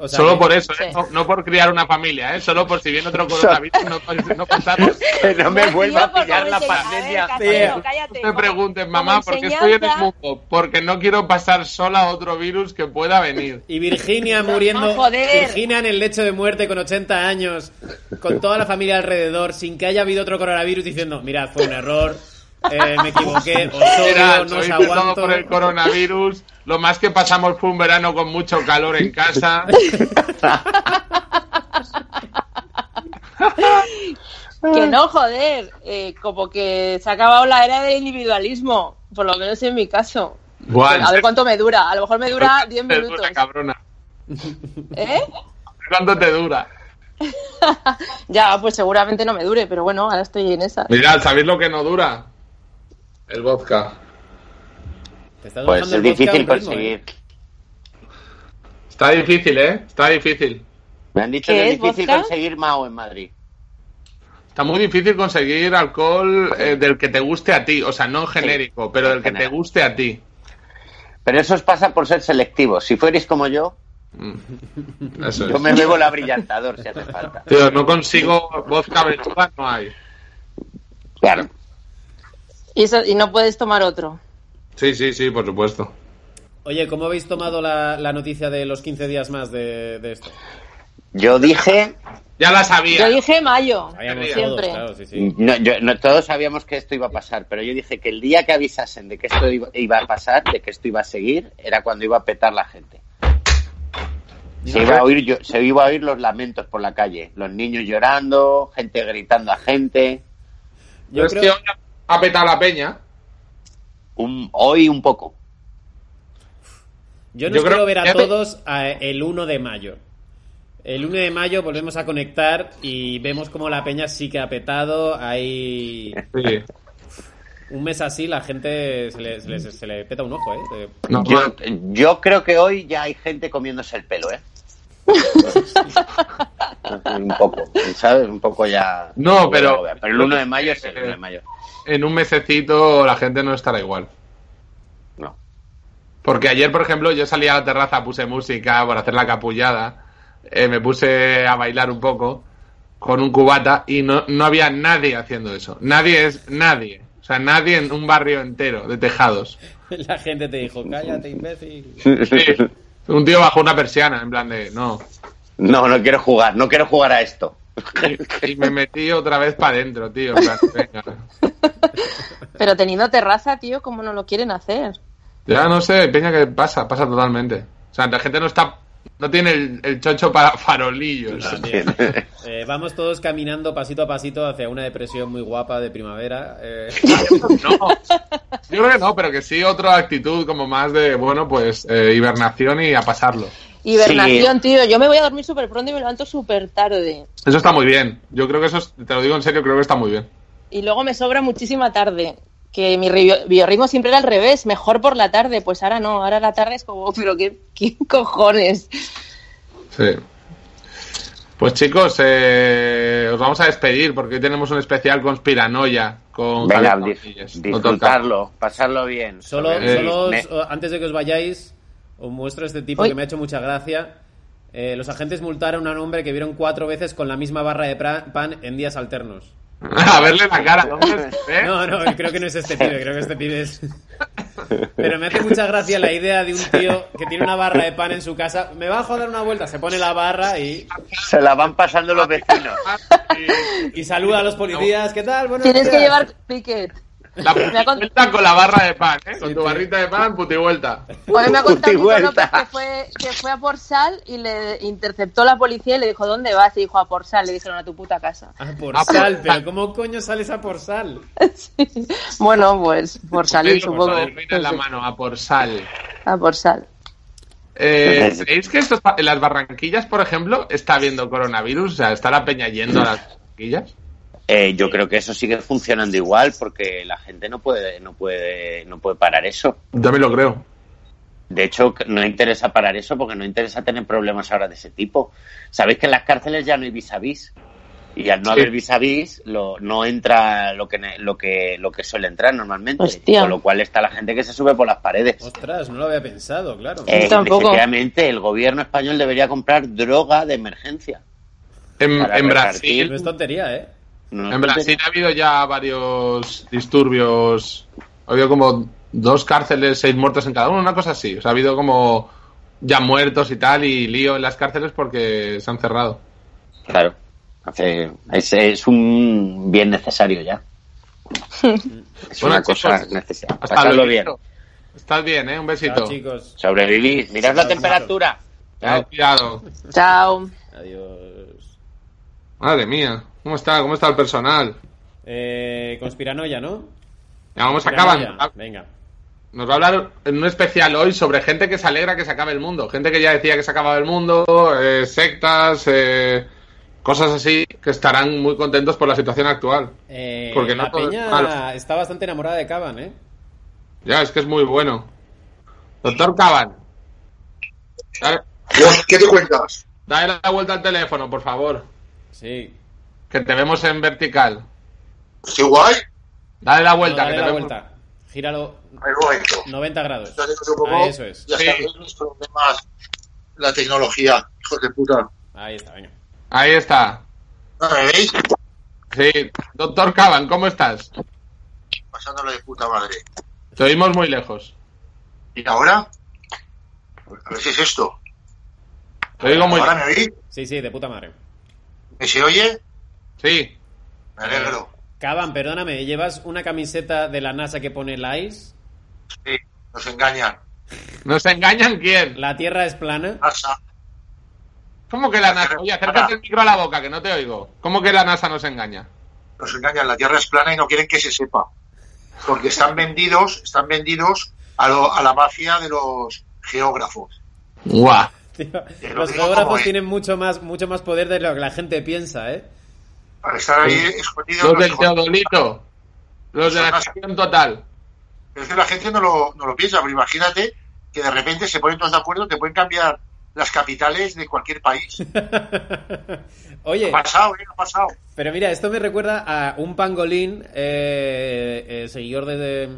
[SPEAKER 1] O sea,
[SPEAKER 2] Solo
[SPEAKER 1] que-
[SPEAKER 2] por eso, ¿eh?
[SPEAKER 4] sí.
[SPEAKER 2] no, no por criar una familia, ¿eh? solo por si viene otro coronavirus no, no pasamos.
[SPEAKER 3] Que no me
[SPEAKER 4] No,
[SPEAKER 3] vuelva
[SPEAKER 4] tío,
[SPEAKER 3] a
[SPEAKER 4] por
[SPEAKER 3] pillar
[SPEAKER 4] favor,
[SPEAKER 3] la
[SPEAKER 4] enseña-
[SPEAKER 3] pandemia.
[SPEAKER 4] a ver, Castelo,
[SPEAKER 1] Tío,
[SPEAKER 2] No
[SPEAKER 4] cállate.
[SPEAKER 2] me
[SPEAKER 4] Como-
[SPEAKER 2] preguntes,
[SPEAKER 4] como
[SPEAKER 2] mamá, porque estoy en el
[SPEAKER 4] enseñanza-
[SPEAKER 2] mundo, porque no quiero pasar sola a otro virus que pueda venir.
[SPEAKER 1] Y Virginia muriendo.
[SPEAKER 4] No, joder.
[SPEAKER 1] Virginia en el lecho de muerte con 80 años, con toda la familia alrededor, sin que haya habido otro coronavirus diciendo, mirad, fue un error, eh, me equivoqué, os odio,
[SPEAKER 2] Mira,
[SPEAKER 1] no
[SPEAKER 2] soy
[SPEAKER 1] os
[SPEAKER 2] infectado
[SPEAKER 1] aguanto.
[SPEAKER 2] por el coronavirus. Lo más que pasamos fue un verano con mucho calor en casa.
[SPEAKER 4] Que no, joder. Eh, como que se ha acabado la era del individualismo, por lo menos en mi caso.
[SPEAKER 2] Buah,
[SPEAKER 4] a ver cuánto me dura. A lo mejor me dura 10
[SPEAKER 2] te
[SPEAKER 4] minutos.
[SPEAKER 2] dura, cabrona.
[SPEAKER 4] ¿Eh?
[SPEAKER 2] ¿Cuánto te dura?
[SPEAKER 4] Ya, pues seguramente no me dure, pero bueno, ahora estoy en esa.
[SPEAKER 2] Mirad, ¿sabéis lo que no dura? El vodka.
[SPEAKER 1] Te estás
[SPEAKER 3] Pues
[SPEAKER 1] bajando
[SPEAKER 3] es
[SPEAKER 1] el vodka a
[SPEAKER 3] difícil
[SPEAKER 1] un ritmo,
[SPEAKER 3] conseguir.
[SPEAKER 1] ¿eh?
[SPEAKER 2] Está difícil, ¿eh? Está difícil.
[SPEAKER 3] Me han dicho
[SPEAKER 4] ¿Qué
[SPEAKER 3] que es
[SPEAKER 4] es,
[SPEAKER 3] difícil
[SPEAKER 4] vodka?
[SPEAKER 3] conseguir Mao en Madrid.
[SPEAKER 2] Está muy difícil conseguir alcohol eh, del que te guste a ti. O sea, no genérico,
[SPEAKER 3] Sí,
[SPEAKER 2] pero
[SPEAKER 3] en
[SPEAKER 2] del que te
[SPEAKER 3] general.
[SPEAKER 2] guste a ti.
[SPEAKER 3] Pero eso os pasa por ser selectivos. Si fuerais como yo,
[SPEAKER 2] Eso
[SPEAKER 3] yo
[SPEAKER 2] es.
[SPEAKER 3] me bebo la brillantador si hace falta.
[SPEAKER 2] Tío, no consigo vodka bechuga, no hay.
[SPEAKER 3] Claro.
[SPEAKER 4] Y, eso, y no puedes tomar otro.
[SPEAKER 2] Sí, sí, sí, por supuesto.
[SPEAKER 1] Oye, ¿cómo habéis tomado la, la noticia de los 15 días más de, de esto?
[SPEAKER 3] Yo dije
[SPEAKER 2] Ya la sabía.
[SPEAKER 4] Yo dije mayo.
[SPEAKER 1] Sabíamos
[SPEAKER 4] Siempre.
[SPEAKER 1] todos, claro, sí,
[SPEAKER 2] Mm.
[SPEAKER 1] sí.
[SPEAKER 3] No, yo- no, todos sabíamos que esto iba a pasar, pero yo dije que el día que avisasen de que esto iba, iba a pasar, de que esto iba a seguir, era cuando iba a petar la gente. Se iba a oír, yo- se iba a oír los lamentos por la calle, los niños llorando, gente gritando a gente.
[SPEAKER 1] Yo
[SPEAKER 2] Pero es que
[SPEAKER 1] creo,
[SPEAKER 2] hoy ha petado la peña.
[SPEAKER 3] Un, hoy un poco.
[SPEAKER 1] Yo no
[SPEAKER 2] Yo creo
[SPEAKER 1] quiero ver
[SPEAKER 2] que
[SPEAKER 1] a
[SPEAKER 2] ya te-
[SPEAKER 1] todos a- el 1 de mayo. El 1 de mayo volvemos a conectar y vemos como la peña sí que ha petado. Hay
[SPEAKER 2] Sí.
[SPEAKER 1] un mes así, la gente se le, se le- se le peta un ojo, ¿eh? De-
[SPEAKER 2] No,
[SPEAKER 3] Yo, yo creo que hoy ya hay gente comiéndose el pelo, ¿eh? un poco, ¿sabes? Un poco ya.
[SPEAKER 2] No, pero-
[SPEAKER 3] Pero el 1 de mayo es el 1 de mayo.
[SPEAKER 2] en un mesecito la gente no estará igual.
[SPEAKER 3] No.
[SPEAKER 2] Porque ayer, por ejemplo, yo salí a la terraza, puse música para hacer la capullada, eh, me puse a bailar un poco con un cubata y no, no había nadie haciendo eso. Nadie es nadie. O sea, nadie en un barrio entero de tejados.
[SPEAKER 1] La gente te dijo, cállate, imbécil.
[SPEAKER 2] Sí. un tío bajo una persiana, en plan de, no.
[SPEAKER 3] No, no quiero jugar, no quiero jugar a esto.
[SPEAKER 2] Y, y me metí otra vez para adentro, tío. en plan, venga.
[SPEAKER 4] Pero teniendo terraza, tío, ¿cómo no lo quieren hacer?
[SPEAKER 2] Ya no sé, piensa que pasa, pasa totalmente. O sea, la gente no está, no tiene el, el chocho para farolillos.
[SPEAKER 1] También. Eh, vamos todos caminando pasito a pasito hacia una depresión muy guapa de primavera. eh.
[SPEAKER 2] No, yo creo que no, pero que sí otra actitud como más de, bueno, pues eh, hibernación y a pasarlo.
[SPEAKER 4] Hibernación, tío. Yo me voy a dormir súper pronto y me levanto súper tarde.
[SPEAKER 2] Eso está muy bien. Yo creo que eso, es- te lo digo en serio, creo que está muy bien.
[SPEAKER 4] Y luego me sobra muchísima tarde. Que mi ri- biorritmo siempre era al revés, mejor por la tarde. Pues ahora no, ahora la tarde es como, pero qué, qué cojones.
[SPEAKER 2] Sí. Pues chicos, eh, os vamos a despedir porque hoy tenemos un especial conspiranoia con
[SPEAKER 3] Venga,
[SPEAKER 2] Javier
[SPEAKER 3] dis-
[SPEAKER 2] Casillas. No toca.
[SPEAKER 3] disfrutarlo, pasarlo bien.
[SPEAKER 1] Solo,
[SPEAKER 3] Sobre-
[SPEAKER 1] solo os-
[SPEAKER 3] Eh, Me-
[SPEAKER 1] o- antes de que os vayáis, os muestro este tipo
[SPEAKER 4] Uy.
[SPEAKER 1] que me ha hecho mucha gracia. Eh, los agentes multaron a un hombre que vieron cuatro veces con la misma barra de pra- pan en días alternos.
[SPEAKER 2] A verle la cara, hombre, ¿eh?
[SPEAKER 1] No, no, creo que no es este pibe, creo que este pibe es... Pero me hace mucha gracia la idea de un tío que tiene una barra de pan en su casa. Me bajo a dar una vuelta, se pone la barra y,
[SPEAKER 3] Se la van pasando los vecinos.
[SPEAKER 1] y saluda a los policías. ¿Qué tal? Buenos
[SPEAKER 4] Tienes que
[SPEAKER 1] días".
[SPEAKER 4] llevar piquet.
[SPEAKER 2] La
[SPEAKER 4] Me ha cont-
[SPEAKER 2] vuelta con la barra de pan, ¿eh? Con
[SPEAKER 1] Sí,
[SPEAKER 2] tu
[SPEAKER 1] sí.
[SPEAKER 2] barrita de pan, puti vuelta.
[SPEAKER 4] A mí me ha contado Kiko
[SPEAKER 3] Multivuelta.
[SPEAKER 4] López que fue, que fue a por sal y le interceptó la policía y le dijo, ¿dónde vas? Y dijo, a por sal. Le dijeron, a tu puta casa.
[SPEAKER 1] A Ah, por
[SPEAKER 2] A por
[SPEAKER 1] sal,
[SPEAKER 2] sal.
[SPEAKER 1] pero ¿cómo coño sales a por sal?
[SPEAKER 4] Bueno, pues por salir,
[SPEAKER 2] Pedro,
[SPEAKER 4] supongo.
[SPEAKER 2] con la heroína en la mano, a por sal.
[SPEAKER 4] A por sal.
[SPEAKER 2] Eh, ¿Creéis que estos pa- en las Barranquillas, por ejemplo, está habiendo coronavirus? O sea, ¿está la peña yendo a las Barranquillas?
[SPEAKER 3] Eh, yo creo que eso sigue funcionando igual porque la gente no puede, no puede, no puede parar eso.
[SPEAKER 2] Yo me lo creo.
[SPEAKER 3] De hecho, no interesa parar eso porque no interesa tener problemas ahora de ese tipo. Sabéis que en las cárceles ya no hay vis a vis. Y al no
[SPEAKER 2] Sí.
[SPEAKER 3] haber vis a vis, lo- no entra lo que, ne- lo, que, lo que suele entrar normalmente.
[SPEAKER 4] Hostia.
[SPEAKER 3] Con lo cual está la gente que se sube por las paredes.
[SPEAKER 1] Ostras, no lo había pensado, claro.
[SPEAKER 4] Eh,
[SPEAKER 3] Eh,
[SPEAKER 4] tampoco.
[SPEAKER 3] Efectivamente, el gobierno español debería comprar droga de emergencia.
[SPEAKER 2] En,
[SPEAKER 3] Para
[SPEAKER 2] en
[SPEAKER 1] No
[SPEAKER 2] Brasil,
[SPEAKER 1] es tontería, ¿eh?
[SPEAKER 3] No
[SPEAKER 2] en Brasil ha habido ya varios disturbios. Ha habido como dos cárceles, seis muertos en cada uno, una cosa así. O sea, ha habido como ya muertos y tal, y lío en las cárceles porque se han cerrado.
[SPEAKER 3] Claro. Hace- es, es un bien necesario ya. Es
[SPEAKER 2] Bueno,
[SPEAKER 3] una cosa
[SPEAKER 2] chicos,
[SPEAKER 3] necesaria.
[SPEAKER 2] Hasta
[SPEAKER 3] Pasadlo
[SPEAKER 2] luego.
[SPEAKER 3] bien.
[SPEAKER 2] Estás bien, ¿eh? Un besito.
[SPEAKER 1] Chao, chicos.
[SPEAKER 3] Sobrevivís. Mirad la temperatura.
[SPEAKER 2] Chao, cuidado.
[SPEAKER 4] Chao.
[SPEAKER 1] Adiós.
[SPEAKER 2] Madre mía. ¿Cómo está? ¿Cómo está el personal?
[SPEAKER 1] Eh, conspiranoia, ¿no?
[SPEAKER 2] Ya vamos
[SPEAKER 1] Conspiranoia.
[SPEAKER 2] acabando.
[SPEAKER 1] Venga.
[SPEAKER 2] Nos va a hablar en un especial hoy sobre gente que se alegra que se acabe el mundo. Gente que ya decía que se acababa el mundo, eh, sectas, eh, cosas así, que estarán muy contentos por la situación actual.
[SPEAKER 1] Eh,
[SPEAKER 2] Porque no
[SPEAKER 1] la
[SPEAKER 2] todo es
[SPEAKER 1] peña
[SPEAKER 2] malo.
[SPEAKER 1] está bastante enamorada de Caban, ¿eh?
[SPEAKER 2] Ya, es que es muy bueno. Doctor Caban, dale,
[SPEAKER 6] ¿Qué te cuentas?
[SPEAKER 2] dale la vuelta al teléfono, por favor.
[SPEAKER 1] Sí.
[SPEAKER 2] Que te vemos en vertical.
[SPEAKER 6] Estoy guay.
[SPEAKER 2] Dale la
[SPEAKER 1] No,
[SPEAKER 2] vuelta.
[SPEAKER 1] dale
[SPEAKER 2] que te
[SPEAKER 1] la
[SPEAKER 2] vemos-
[SPEAKER 1] vuelta. Gíralo
[SPEAKER 6] Ahí lo he hecho.
[SPEAKER 1] 90 grados.
[SPEAKER 6] Ya tengo un poco-
[SPEAKER 1] Ahí, eso es.
[SPEAKER 6] Ya
[SPEAKER 2] Sí.
[SPEAKER 6] sabéis los problemas. La tecnología, hijos de puta.
[SPEAKER 1] Ahí está, venga.
[SPEAKER 2] Ahí está.
[SPEAKER 6] ¿No me veis?
[SPEAKER 2] Sí. Doctor Caban, ¿cómo estás?
[SPEAKER 6] Pasándolo de puta madre.
[SPEAKER 2] Te oímos muy lejos.
[SPEAKER 6] ¿Y ahora? A ver si es esto.
[SPEAKER 2] Te oigo muy
[SPEAKER 6] ¿Ahora
[SPEAKER 2] lejos.
[SPEAKER 6] me oís?
[SPEAKER 1] Sí, sí, de puta madre.
[SPEAKER 6] ¿Me se oye?
[SPEAKER 2] Sí.
[SPEAKER 6] Me alegro.
[SPEAKER 1] Caban, perdóname, ¿llevas una camiseta de la NASA que pone Lice?
[SPEAKER 6] Sí, nos engañan.
[SPEAKER 2] ¿Nos engañan quién?
[SPEAKER 1] ¿La Tierra es plana?
[SPEAKER 6] Pasa.
[SPEAKER 2] ¿Cómo que la NASA? Oye, acércate el micro a la boca, que no te oigo. ¿Cómo que la NASA nos engaña?
[SPEAKER 6] Nos engañan. La Tierra es plana y no quieren que se sepa. Porque están vendidos, están vendidos a, lo- a la mafia de los geógrafos.
[SPEAKER 2] ¡Guau!
[SPEAKER 1] Tío,
[SPEAKER 6] Te lo
[SPEAKER 1] los
[SPEAKER 6] digo como
[SPEAKER 1] geógrafos
[SPEAKER 6] es.
[SPEAKER 1] tienen mucho más, mucho más poder de lo que la gente piensa, ¿eh?
[SPEAKER 6] Para estar ahí escondidos.
[SPEAKER 2] Los
[SPEAKER 6] nos
[SPEAKER 2] del
[SPEAKER 6] joden.
[SPEAKER 2] Teodolito. Los de la acción total.
[SPEAKER 6] Pero es que la gente no lo, no lo piensa, pero imagínate que de repente se ponen todos de acuerdo, te pueden cambiar las capitales de cualquier país.
[SPEAKER 1] Oye,
[SPEAKER 6] Ha pasado, ¿eh? Ha pasado.
[SPEAKER 1] pero mira, esto me recuerda a un pangolín, eh, eh, seguidor de, de,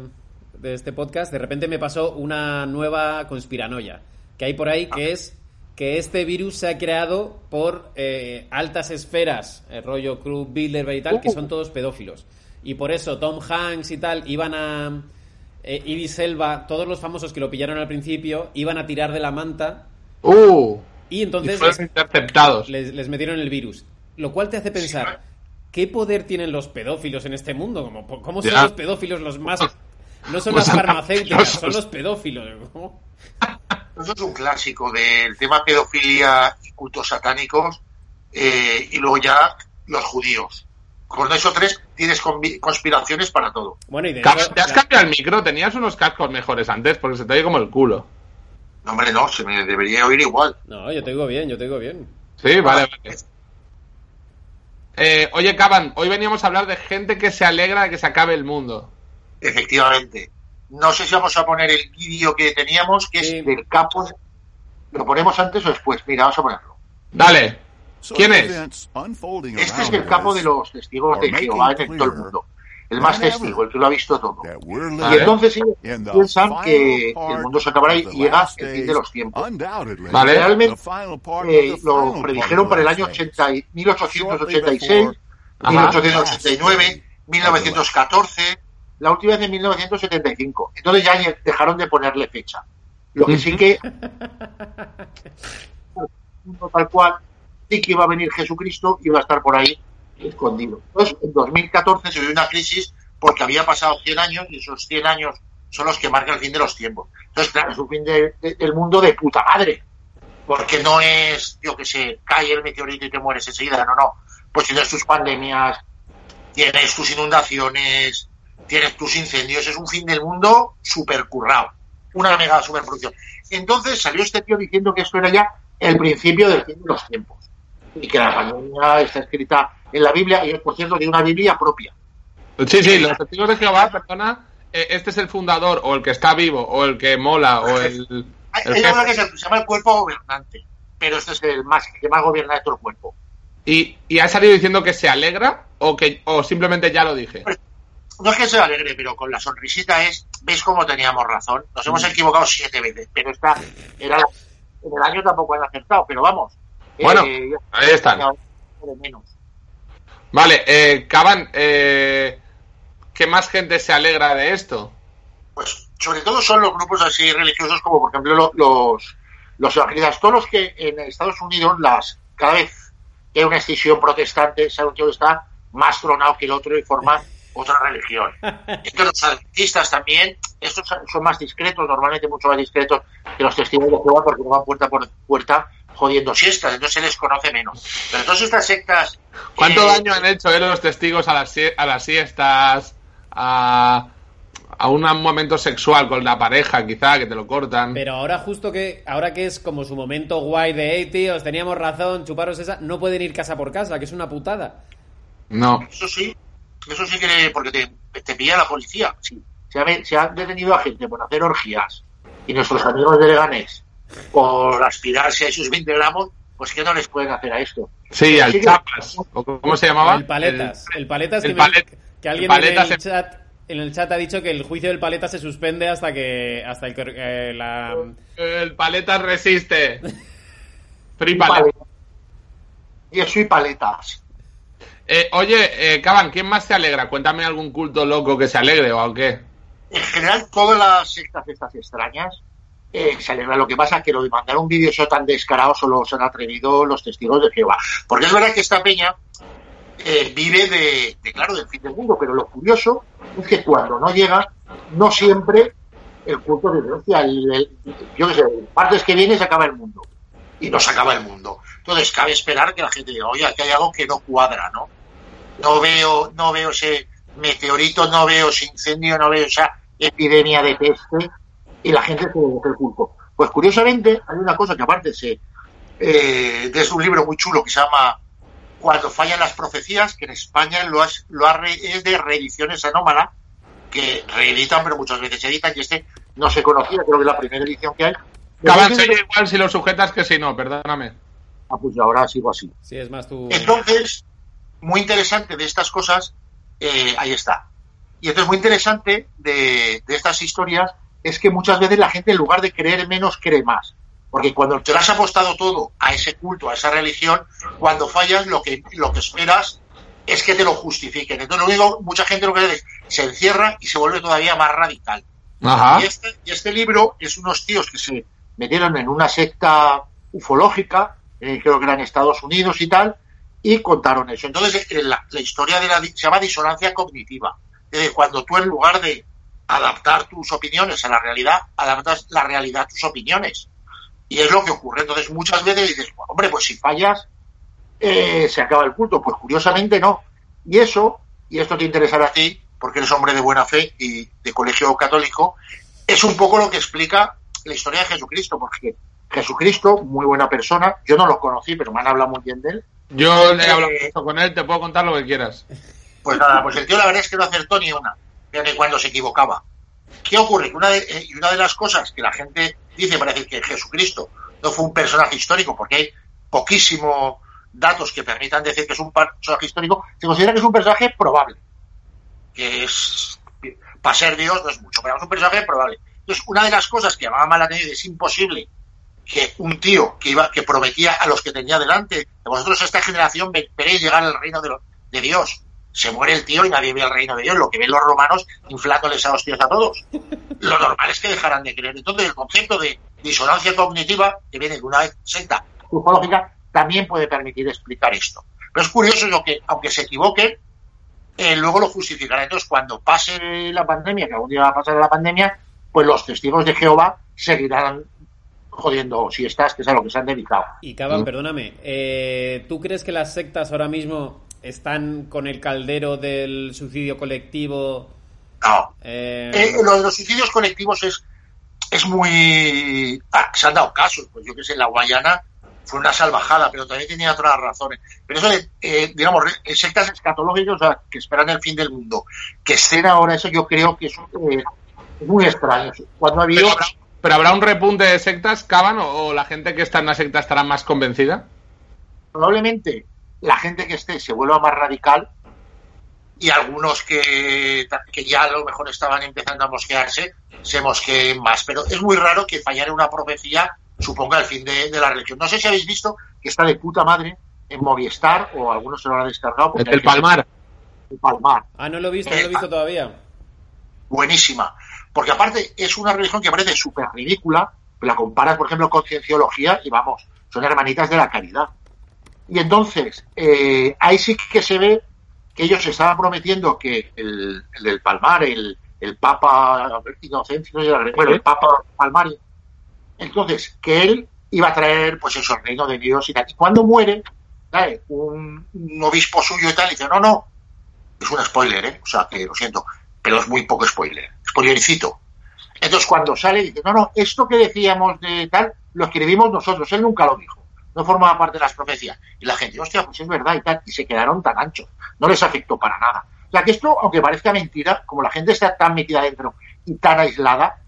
[SPEAKER 1] de este podcast. De repente me pasó una nueva conspiranoia que hay por ahí, que es que este virus se ha creado por eh, altas esferas, el rollo Crew Bilderberg y tal, que son todos pedófilos. Y por eso Tom Hanks y tal iban a... eh, Ibis Elba, todos los famosos que lo pillaron al principio, iban a tirar de la manta
[SPEAKER 2] ¡Uh!
[SPEAKER 1] y
[SPEAKER 2] Y
[SPEAKER 1] entonces
[SPEAKER 2] fueron interceptados.
[SPEAKER 1] les, les metieron el virus. Lo cual te hace
[SPEAKER 6] claro.
[SPEAKER 1] pensar, ¿qué poder tienen los pedófilos en este mundo? ¿Cómo, cómo son
[SPEAKER 2] Ya.
[SPEAKER 1] los pedófilos los más... No son
[SPEAKER 2] Pues
[SPEAKER 1] las
[SPEAKER 2] son tan
[SPEAKER 1] farmacéuticas, son
[SPEAKER 2] peligrosos.
[SPEAKER 1] los pedófilos. ¿no?
[SPEAKER 6] Eso es un clásico del tema pedofilia y cultos satánicos. eh, y luego ya los judíos. Con esos tres tienes convi- conspiraciones para todo.
[SPEAKER 1] Bueno, y de
[SPEAKER 2] Cab-
[SPEAKER 1] hecho,
[SPEAKER 2] Te has
[SPEAKER 1] la-
[SPEAKER 2] cambiado el micro, tenías unos cascos mejores antes porque se te oye como el culo.
[SPEAKER 6] No, hombre, no, se me debería oír igual.
[SPEAKER 1] No, yo te digo bien, yo te digo bien.
[SPEAKER 2] Sí, vale, vale. Eh, oye, Caban, hoy veníamos a hablar de gente que se alegra de que se acabe el mundo.
[SPEAKER 6] Efectivamente. No sé si vamos a poner el vídeo que teníamos, que
[SPEAKER 1] Sí.
[SPEAKER 6] es del campo. de- ¿Lo ponemos antes o después? Mira, vamos a ponerlo.
[SPEAKER 2] Dale. ¿Quién
[SPEAKER 7] ¿Quién
[SPEAKER 2] es?
[SPEAKER 7] es?
[SPEAKER 6] Este es el campo de los testigos de Jehová en el- todo el mundo. El más testigo, el que lo ha visto todo. Y
[SPEAKER 2] Vale.
[SPEAKER 6] entonces ellos piensan que el mundo se acabará y llega el fin de los tiempos.
[SPEAKER 2] Vale.
[SPEAKER 6] Realmente, Eh,
[SPEAKER 7] lo predijeron para el año 80
[SPEAKER 6] 80 y 1886,
[SPEAKER 2] Ajá.
[SPEAKER 6] 1889, 1914, la última vez en 1975. Entonces ya ni- dejaron de ponerle fecha. Lo que sí que, tal cual, sí que iba a venir Jesucristo y iba a estar por ahí escondido. Entonces, en 2014 se dio una crisis porque había pasado 100 años y esos 100 años son los que marcan el fin de los tiempos. Entonces, claro, es un fin de- de- del mundo de puta madre. Porque no es, yo que sé, cae el meteorito y te mueres enseguida, no, no. Pues tienes tus pandemias, tienes tus inundaciones, tienes tus incendios, es un fin del mundo supercurrado. Una mega superproducción. Entonces salió este tío diciendo que esto era ya el principio del fin de los tiempos. Y que la pandemia está escrita en la Biblia, y por cierto, de una Biblia propia.
[SPEAKER 2] Sí, sí, los testigos de Jehová, perdona, eh, este es el fundador o el que está vivo o el que mola o el...
[SPEAKER 6] Hay,
[SPEAKER 2] el
[SPEAKER 6] hay
[SPEAKER 2] jefe.
[SPEAKER 6] una que se, se llama el cuerpo gobernante, pero este es el más, que más gobierna de todo el cuerpo.
[SPEAKER 2] ¿Y, y ha salido diciendo que se alegra o que o simplemente ya lo dije?
[SPEAKER 6] no es que sea alegre, pero con la sonrisita es, ¿veis cómo teníamos razón? Nos
[SPEAKER 2] Mm.
[SPEAKER 6] hemos equivocado siete veces, pero esta era la- en el año tampoco han acertado, pero vamos.
[SPEAKER 2] Bueno,
[SPEAKER 6] eh,
[SPEAKER 2] ahí están.
[SPEAKER 6] ya- de menos.
[SPEAKER 2] Vale, eh, Caban, eh, ¿qué más gente se alegra de esto?
[SPEAKER 6] Pues sobre todo son los grupos así religiosos como por ejemplo lo- los, los evangelistas, todos los que en Estados Unidos las cada vez que hay una escisión protestante, sabe un tío que está más tronado que el otro y forma otra religión. Entonces los adventistas también, estos son más discretos, normalmente mucho más discretos que los testigos de Jehová porque no van puerta por puerta jodiendo siestas, entonces se les conoce menos. Pero todas estas sectas...
[SPEAKER 2] ¿Cuánto
[SPEAKER 6] eh,
[SPEAKER 2] daño han hecho eh, los testigos a las, sie- a las siestas, a, a un momento sexual con la pareja, quizá, que te lo cortan?
[SPEAKER 1] Pero ahora justo que, ahora que es como su momento guay de, hey, tíos, teníamos razón, chuparos esa, no pueden ir casa por casa, que es una putada.
[SPEAKER 2] No.
[SPEAKER 6] Eso sí, eso sí que porque te, te pilla la policía. Sí. Se, ha- se han detenido a gente por hacer orgías y nuestros amigos de Leganés por aspirarse a sus 20 gramos, pues ¿qué no les pueden hacer a esto?
[SPEAKER 2] Sí,
[SPEAKER 6] Pero
[SPEAKER 2] al
[SPEAKER 6] sí que-
[SPEAKER 2] Chapas. ¿o ¿Cómo se llamaba?
[SPEAKER 1] El paletas. El, paletas
[SPEAKER 2] Ah, el
[SPEAKER 1] que, me-
[SPEAKER 2] palet-
[SPEAKER 1] que alguien
[SPEAKER 2] el paletas
[SPEAKER 1] en, el
[SPEAKER 2] se-
[SPEAKER 1] chat, en el chat ha dicho que el juicio del paleta se suspende hasta que hasta el, cor- eh, la...
[SPEAKER 2] El, el paletas resiste. Free
[SPEAKER 6] Vale.
[SPEAKER 2] Paletas.
[SPEAKER 6] Y eso y paletas.
[SPEAKER 2] Eh, oye, eh, Caban, ¿quién más se alegra? Cuéntame algún culto loco que se alegre o qué.
[SPEAKER 6] En general, todas las sectas estas extrañas eh, se alegra. Lo que pasa es que lo de mandar un vídeo eso tan descarado solo se han atrevido los testigos de Jehová. Porque es verdad que esta peña eh, vive de, de, claro, del fin del mundo, pero lo curioso es que cuando no llega, no siempre el culto de Dios, el- el- yo qué sé, el martes que viene se acaba el mundo. Y no se acaba el mundo. Entonces cabe esperar que la gente diga, oye, aquí hay algo que no cuadra, ¿no? No veo, no veo ese meteorito, no veo ese incendio, no veo esa epidemia de peste, y la gente se devuelve el culto. Pues curiosamente hay una cosa que aparte se, eh, es un libro muy chulo que se llama Cuando fallan las profecías, que en España lo, has- lo ha re- es de reediciones anómala, que reeditan, pero muchas veces se editan, y este no se conocía, creo que es la primera edición que hay.
[SPEAKER 2] Cabancello igual si lo sujetas que si no, perdóname.
[SPEAKER 6] Ah, pues ahora sigo así.
[SPEAKER 1] Sí, es más tú.
[SPEAKER 6] Entonces, muy interesante de estas cosas, eh, ahí está. Y entonces, muy interesante de, de estas historias es que muchas veces la gente, en lugar de creer menos, cree más. Porque cuando te lo has apostado todo a ese culto, a esa religión, cuando fallas, lo que, lo que esperas es que te lo justifiquen. Entonces, lo único, mucha gente lo que hace es se encierra y se vuelve todavía más radical.
[SPEAKER 2] Ajá.
[SPEAKER 6] Y este, y este libro es unos tíos que se metieron en una secta ufológica, eh, creo que era en Estados Unidos y tal, y contaron eso. Entonces, eh, la, la historia de la, di- se llama disonancia cognitiva. Eh, cuando tú, en lugar de adaptar tus opiniones a la realidad, adaptas la realidad a tus opiniones. Y es lo que ocurre. Entonces, muchas veces dices, "Bueno, hombre, pues si fallas, eh, se acaba el culto. Pues curiosamente no. Y eso, y esto te interesará a ti, porque eres hombre de buena fe y de colegio católico, es un poco lo que explica la historia de Jesucristo, porque Jesucristo, muy buena persona, yo no lo conocí, pero me han hablado muy bien de él.
[SPEAKER 2] Yo he hablado mucho con él, te puedo contar lo que quieras.
[SPEAKER 6] Pues nada, pues el tío la verdad es que no acertó ni una, pero ni cuando se equivocaba. ¿Qué ocurre? Que una de, eh, y una de las cosas que la gente dice para decir que Jesucristo no fue un personaje histórico, porque hay poquísimos datos que permitan decir que es un personaje histórico, se considera que es un personaje probable. Que es. Para ser Dios no es mucho, pero es un personaje probable. Entonces, una de las cosas que llamaba más la atención y es imposible que un tío que iba que prometía a los que tenía delante, de vosotros esta generación ve- veréis llegar al reino de, lo- de Dios. Se muere el tío y nadie ve el reino de Dios. Lo que ven los romanos inflándoles a hostias a todos. Lo normal es que dejaran de creer. Entonces, el concepto de disonancia cognitiva, que viene de una secta psicológica, también puede permitir explicar esto. Pero es curioso lo que, aunque se equivoquen, eh, luego lo justificarán. Entonces, cuando pase la pandemia, que algún día va a pasar la pandemia, pues los testigos de Jehová seguirán jodiendo si estás, que es a lo que se han dedicado.
[SPEAKER 1] Y Caban,
[SPEAKER 2] Mm.
[SPEAKER 1] perdóname, eh, ¿tú crees que las sectas ahora mismo están con el caldero del suicidio colectivo?
[SPEAKER 6] No.
[SPEAKER 1] Eh,
[SPEAKER 6] Eh, lo de los suicidios colectivos es, es muy. ah, se han dado casos, pues yo que sé, la Guayana fue una salvajada, pero también tenía otras razones. Pero eso de, eh, digamos, re- sectas escatológicas o sea, que esperan el fin del mundo, que estén ahora, eso yo creo que es, eh, es muy extraño. Cuando ha habido.
[SPEAKER 2] Pero, pero habrá un repunte de sectas, caban, o, o la gente que está en la secta estará más convencida.
[SPEAKER 6] probablemente la gente que esté se vuelva más radical y algunos que, que ya a lo mejor estaban empezando a mosquearse se mosqueen más. Pero es muy raro que fallar en una profecía suponga el fin de, de la religión. No sé si habéis visto que está de puta madre en Movistar o algunos se lo han descargado. porque
[SPEAKER 2] El del
[SPEAKER 6] hay gente-
[SPEAKER 2] Palmar.
[SPEAKER 6] El Palmar.
[SPEAKER 1] ah, no lo he visto, no lo he visto todavía.
[SPEAKER 6] Buenísima. Porque aparte es una religión que parece súper ridícula. La comparas, por ejemplo, con cienciología y vamos, son hermanitas de la caridad. Y entonces, eh, ahí sí que se ve que ellos estaban prometiendo que el, el del Palmar, el, el Papa Inocencio, no sé, bueno, el Papa Palmario, entonces, que él iba a traer, pues eso, el reino de Dios y tal. Y cuando muere, ¿sabe? Un, un obispo suyo y tal, dice, no, no, es un spoiler, ¿eh? O sea, que lo siento, pero es muy poco spoiler, spoilercito. Entonces, cuando sale, dice, no, no, esto que decíamos de tal, lo escribimos nosotros, él nunca lo dijo, no formaba parte de las profecías. Y la gente, hostia, pues es verdad y tal, y se quedaron tan anchos, no les afectó para nada. O sea, que esto, aunque parezca mentira, como la gente está tan metida dentro y tan aislada,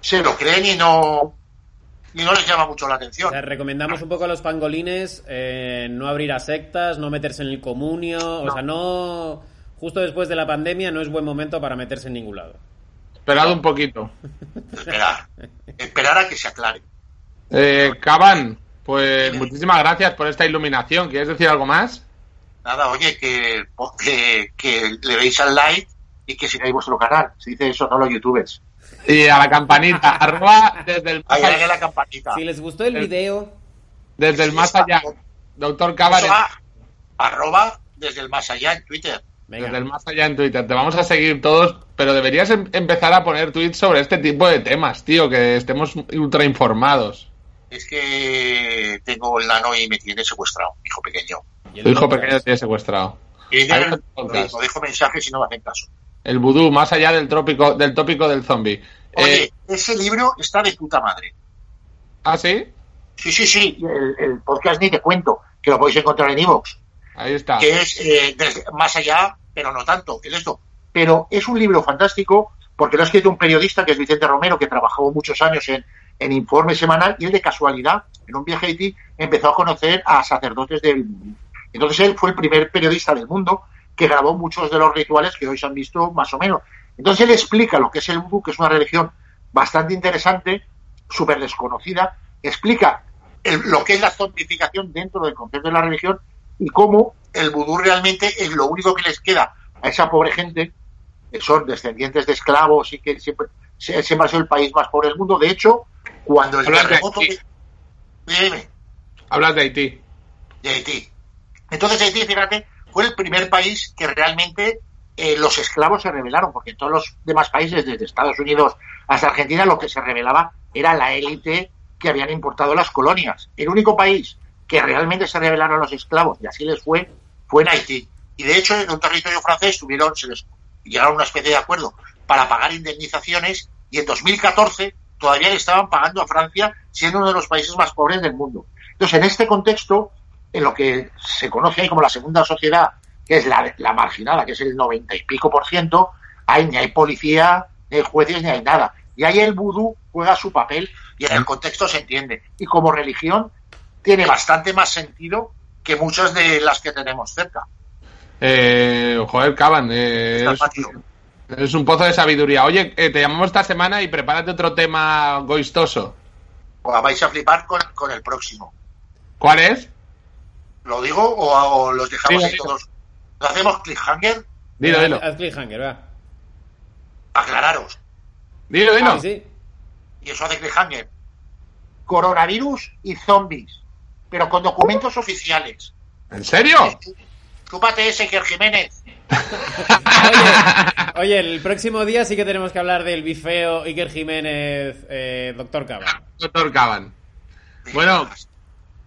[SPEAKER 6] se lo creen y no, y no les llama mucho la
[SPEAKER 1] O
[SPEAKER 6] atención.
[SPEAKER 1] sea, recomendamos un poco a los pangolines eh, no abrir a sectas, no meterse en el comunio, o sea, no... Justo después de la pandemia no es buen momento para meterse en ningún lado.
[SPEAKER 2] Esperad un poquito.
[SPEAKER 6] Esperar, esperar a que se aclare.
[SPEAKER 2] Eh, Caban, pues muchísimas gracias por esta iluminación. ¿Quieres decir algo más?
[SPEAKER 6] Nada, oye, que, que, que le deis al like y que sigáis vuestro canal. Se dice eso, no los youtubers.
[SPEAKER 2] Y a la campanita, arroba desde el más
[SPEAKER 6] Ahí hay
[SPEAKER 2] allá.
[SPEAKER 6] la campanita.
[SPEAKER 1] Si les gustó el
[SPEAKER 2] El-
[SPEAKER 1] video,
[SPEAKER 2] Desde el más allá. Doctor Caban,
[SPEAKER 6] Eso va, arroba desde el más allá en Twitter.
[SPEAKER 1] venga,
[SPEAKER 2] desde el más allá en Twitter. Te vamos a seguir todos, pero deberías em- empezar a poner tweets sobre este tipo de temas, tío, que estemos ultra informados.
[SPEAKER 6] Es que tengo el nano y me tiene secuestrado, hijo pequeño.
[SPEAKER 1] y el
[SPEAKER 2] Tu hijo
[SPEAKER 1] podcast.
[SPEAKER 2] pequeño te tiene secueado.
[SPEAKER 6] Y
[SPEAKER 2] Ahí
[SPEAKER 6] de-
[SPEAKER 2] lo
[SPEAKER 6] lo
[SPEAKER 2] tocas.
[SPEAKER 6] digo, dejo mensajes y no me hacen caso.
[SPEAKER 2] El vudú, más allá del trópico, del tópico del zombie.
[SPEAKER 6] Oye,
[SPEAKER 2] Eh,
[SPEAKER 6] ese libro está de puta madre.
[SPEAKER 2] ¿Ah, sí?
[SPEAKER 6] Sí, sí, sí. El, el podcast ni te cuento, que lo podéis encontrar en Evox.
[SPEAKER 2] Ahí está.
[SPEAKER 6] Que es eh, desde- más allá, pero no tanto, que es esto. Pero es un libro fantástico porque lo ha escrito un periodista que es Vicente Romero, que trabajó muchos años en, en Informe Semanal y él de casualidad, en un viaje a Haití, empezó a conocer a sacerdotes del mundo. Entonces él fue el primer periodista del mundo que grabó muchos de los rituales que hoy se han visto más o menos. Entonces él explica lo que es el vudú, que es una religión bastante interesante, súper desconocida, explica el- lo que es la zombificación dentro del concepto de la religión y cómo el vudú realmente es lo único que les queda a esa pobre gente, que son descendientes de esclavos y que siempre, se- siempre ha sido el país más pobre del mundo. De hecho, cuando el
[SPEAKER 2] Hablas de
[SPEAKER 6] terremoto...
[SPEAKER 2] Haití.
[SPEAKER 6] que- Dime
[SPEAKER 2] Hablas de Haití.
[SPEAKER 6] de Haití. Entonces Haití, fíjate, fue el primer país que realmente eh, los esclavos se rebelaron, porque en todos los demás países, desde Estados Unidos hasta Argentina, lo que se rebelaba era la élite que habían importado las colonias. El único país que realmente se rebelaron los esclavos, y así les fue, fue en Haití. Y de hecho, en un territorio francés tuvieron, se les llegaron a una especie de acuerdo para pagar indemnizaciones, y en 2014 todavía le estaban pagando a Francia, siendo uno de los países más pobres del mundo. Entonces, en este contexto, en lo que se conoce ahí como la segunda sociedad, que es la, la marginada, que es el 90 y pico por ciento, ahí ni hay policía, ni hay jueces, ni hay nada. Y ahí el vudú juega su papel y en el contexto se entiende. Y como religión tiene bastante más sentido que muchas de las que tenemos cerca.
[SPEAKER 2] Eh, joder, Caban, eh,
[SPEAKER 6] Está
[SPEAKER 2] eres,
[SPEAKER 6] fácil.
[SPEAKER 2] eres un pozo de sabiduría. Oye, eh, te llamamos esta semana y prepárate otro tema goistoso.
[SPEAKER 6] O vais a flipar con, con el próximo.
[SPEAKER 2] ¿Cuál es?
[SPEAKER 6] ¿Lo digo o, o los dejamos
[SPEAKER 2] Dilo,
[SPEAKER 6] ahí
[SPEAKER 2] dilo.
[SPEAKER 6] todos? ¿Lo hacemos cliffhanger?
[SPEAKER 2] Dilo,
[SPEAKER 1] Haz-
[SPEAKER 2] dilo.
[SPEAKER 1] Haz cliffhanger, va.
[SPEAKER 6] Aclararos.
[SPEAKER 2] Dilo, dilo.
[SPEAKER 1] ah, Sí, sí.
[SPEAKER 6] y eso hace cliffhanger. Coronavirus y zombies, pero con documentos oficiales.
[SPEAKER 2] ¿En serio?
[SPEAKER 6] Chúpate ese, Iker Jiménez.
[SPEAKER 1] Oye, oye, el próximo día sí que tenemos que hablar del bifeo Iker Jiménez, eh, doctor Cava.
[SPEAKER 2] Doctor Caban. Bueno.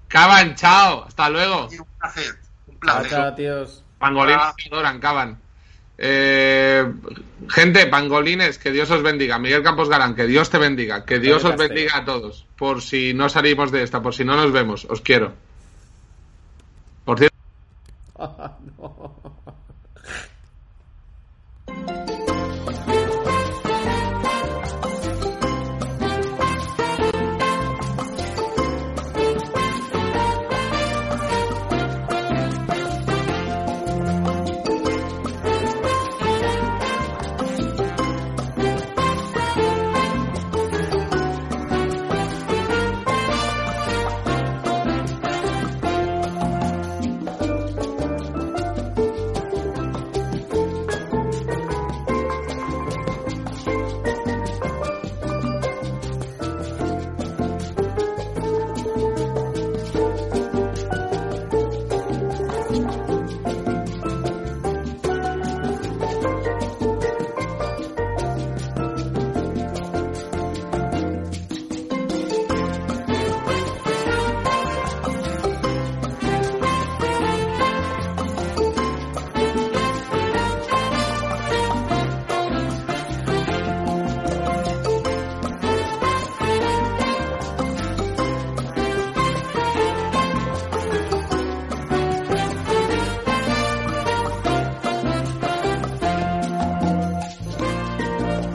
[SPEAKER 2] Caban, chao. Hasta luego.
[SPEAKER 6] Un placer. Un placer.
[SPEAKER 1] Chao, tíos.
[SPEAKER 2] Pangolines te adoran, Caban. Eh, gente, pangolines, que Dios os bendiga. Miguel Campos Galán, que Dios te bendiga. Que Dios
[SPEAKER 1] Vale,
[SPEAKER 2] os
[SPEAKER 1] Castell.
[SPEAKER 2] bendiga a todos. Por si no salimos de esta, por si no nos vemos. Os quiero. Por cierto.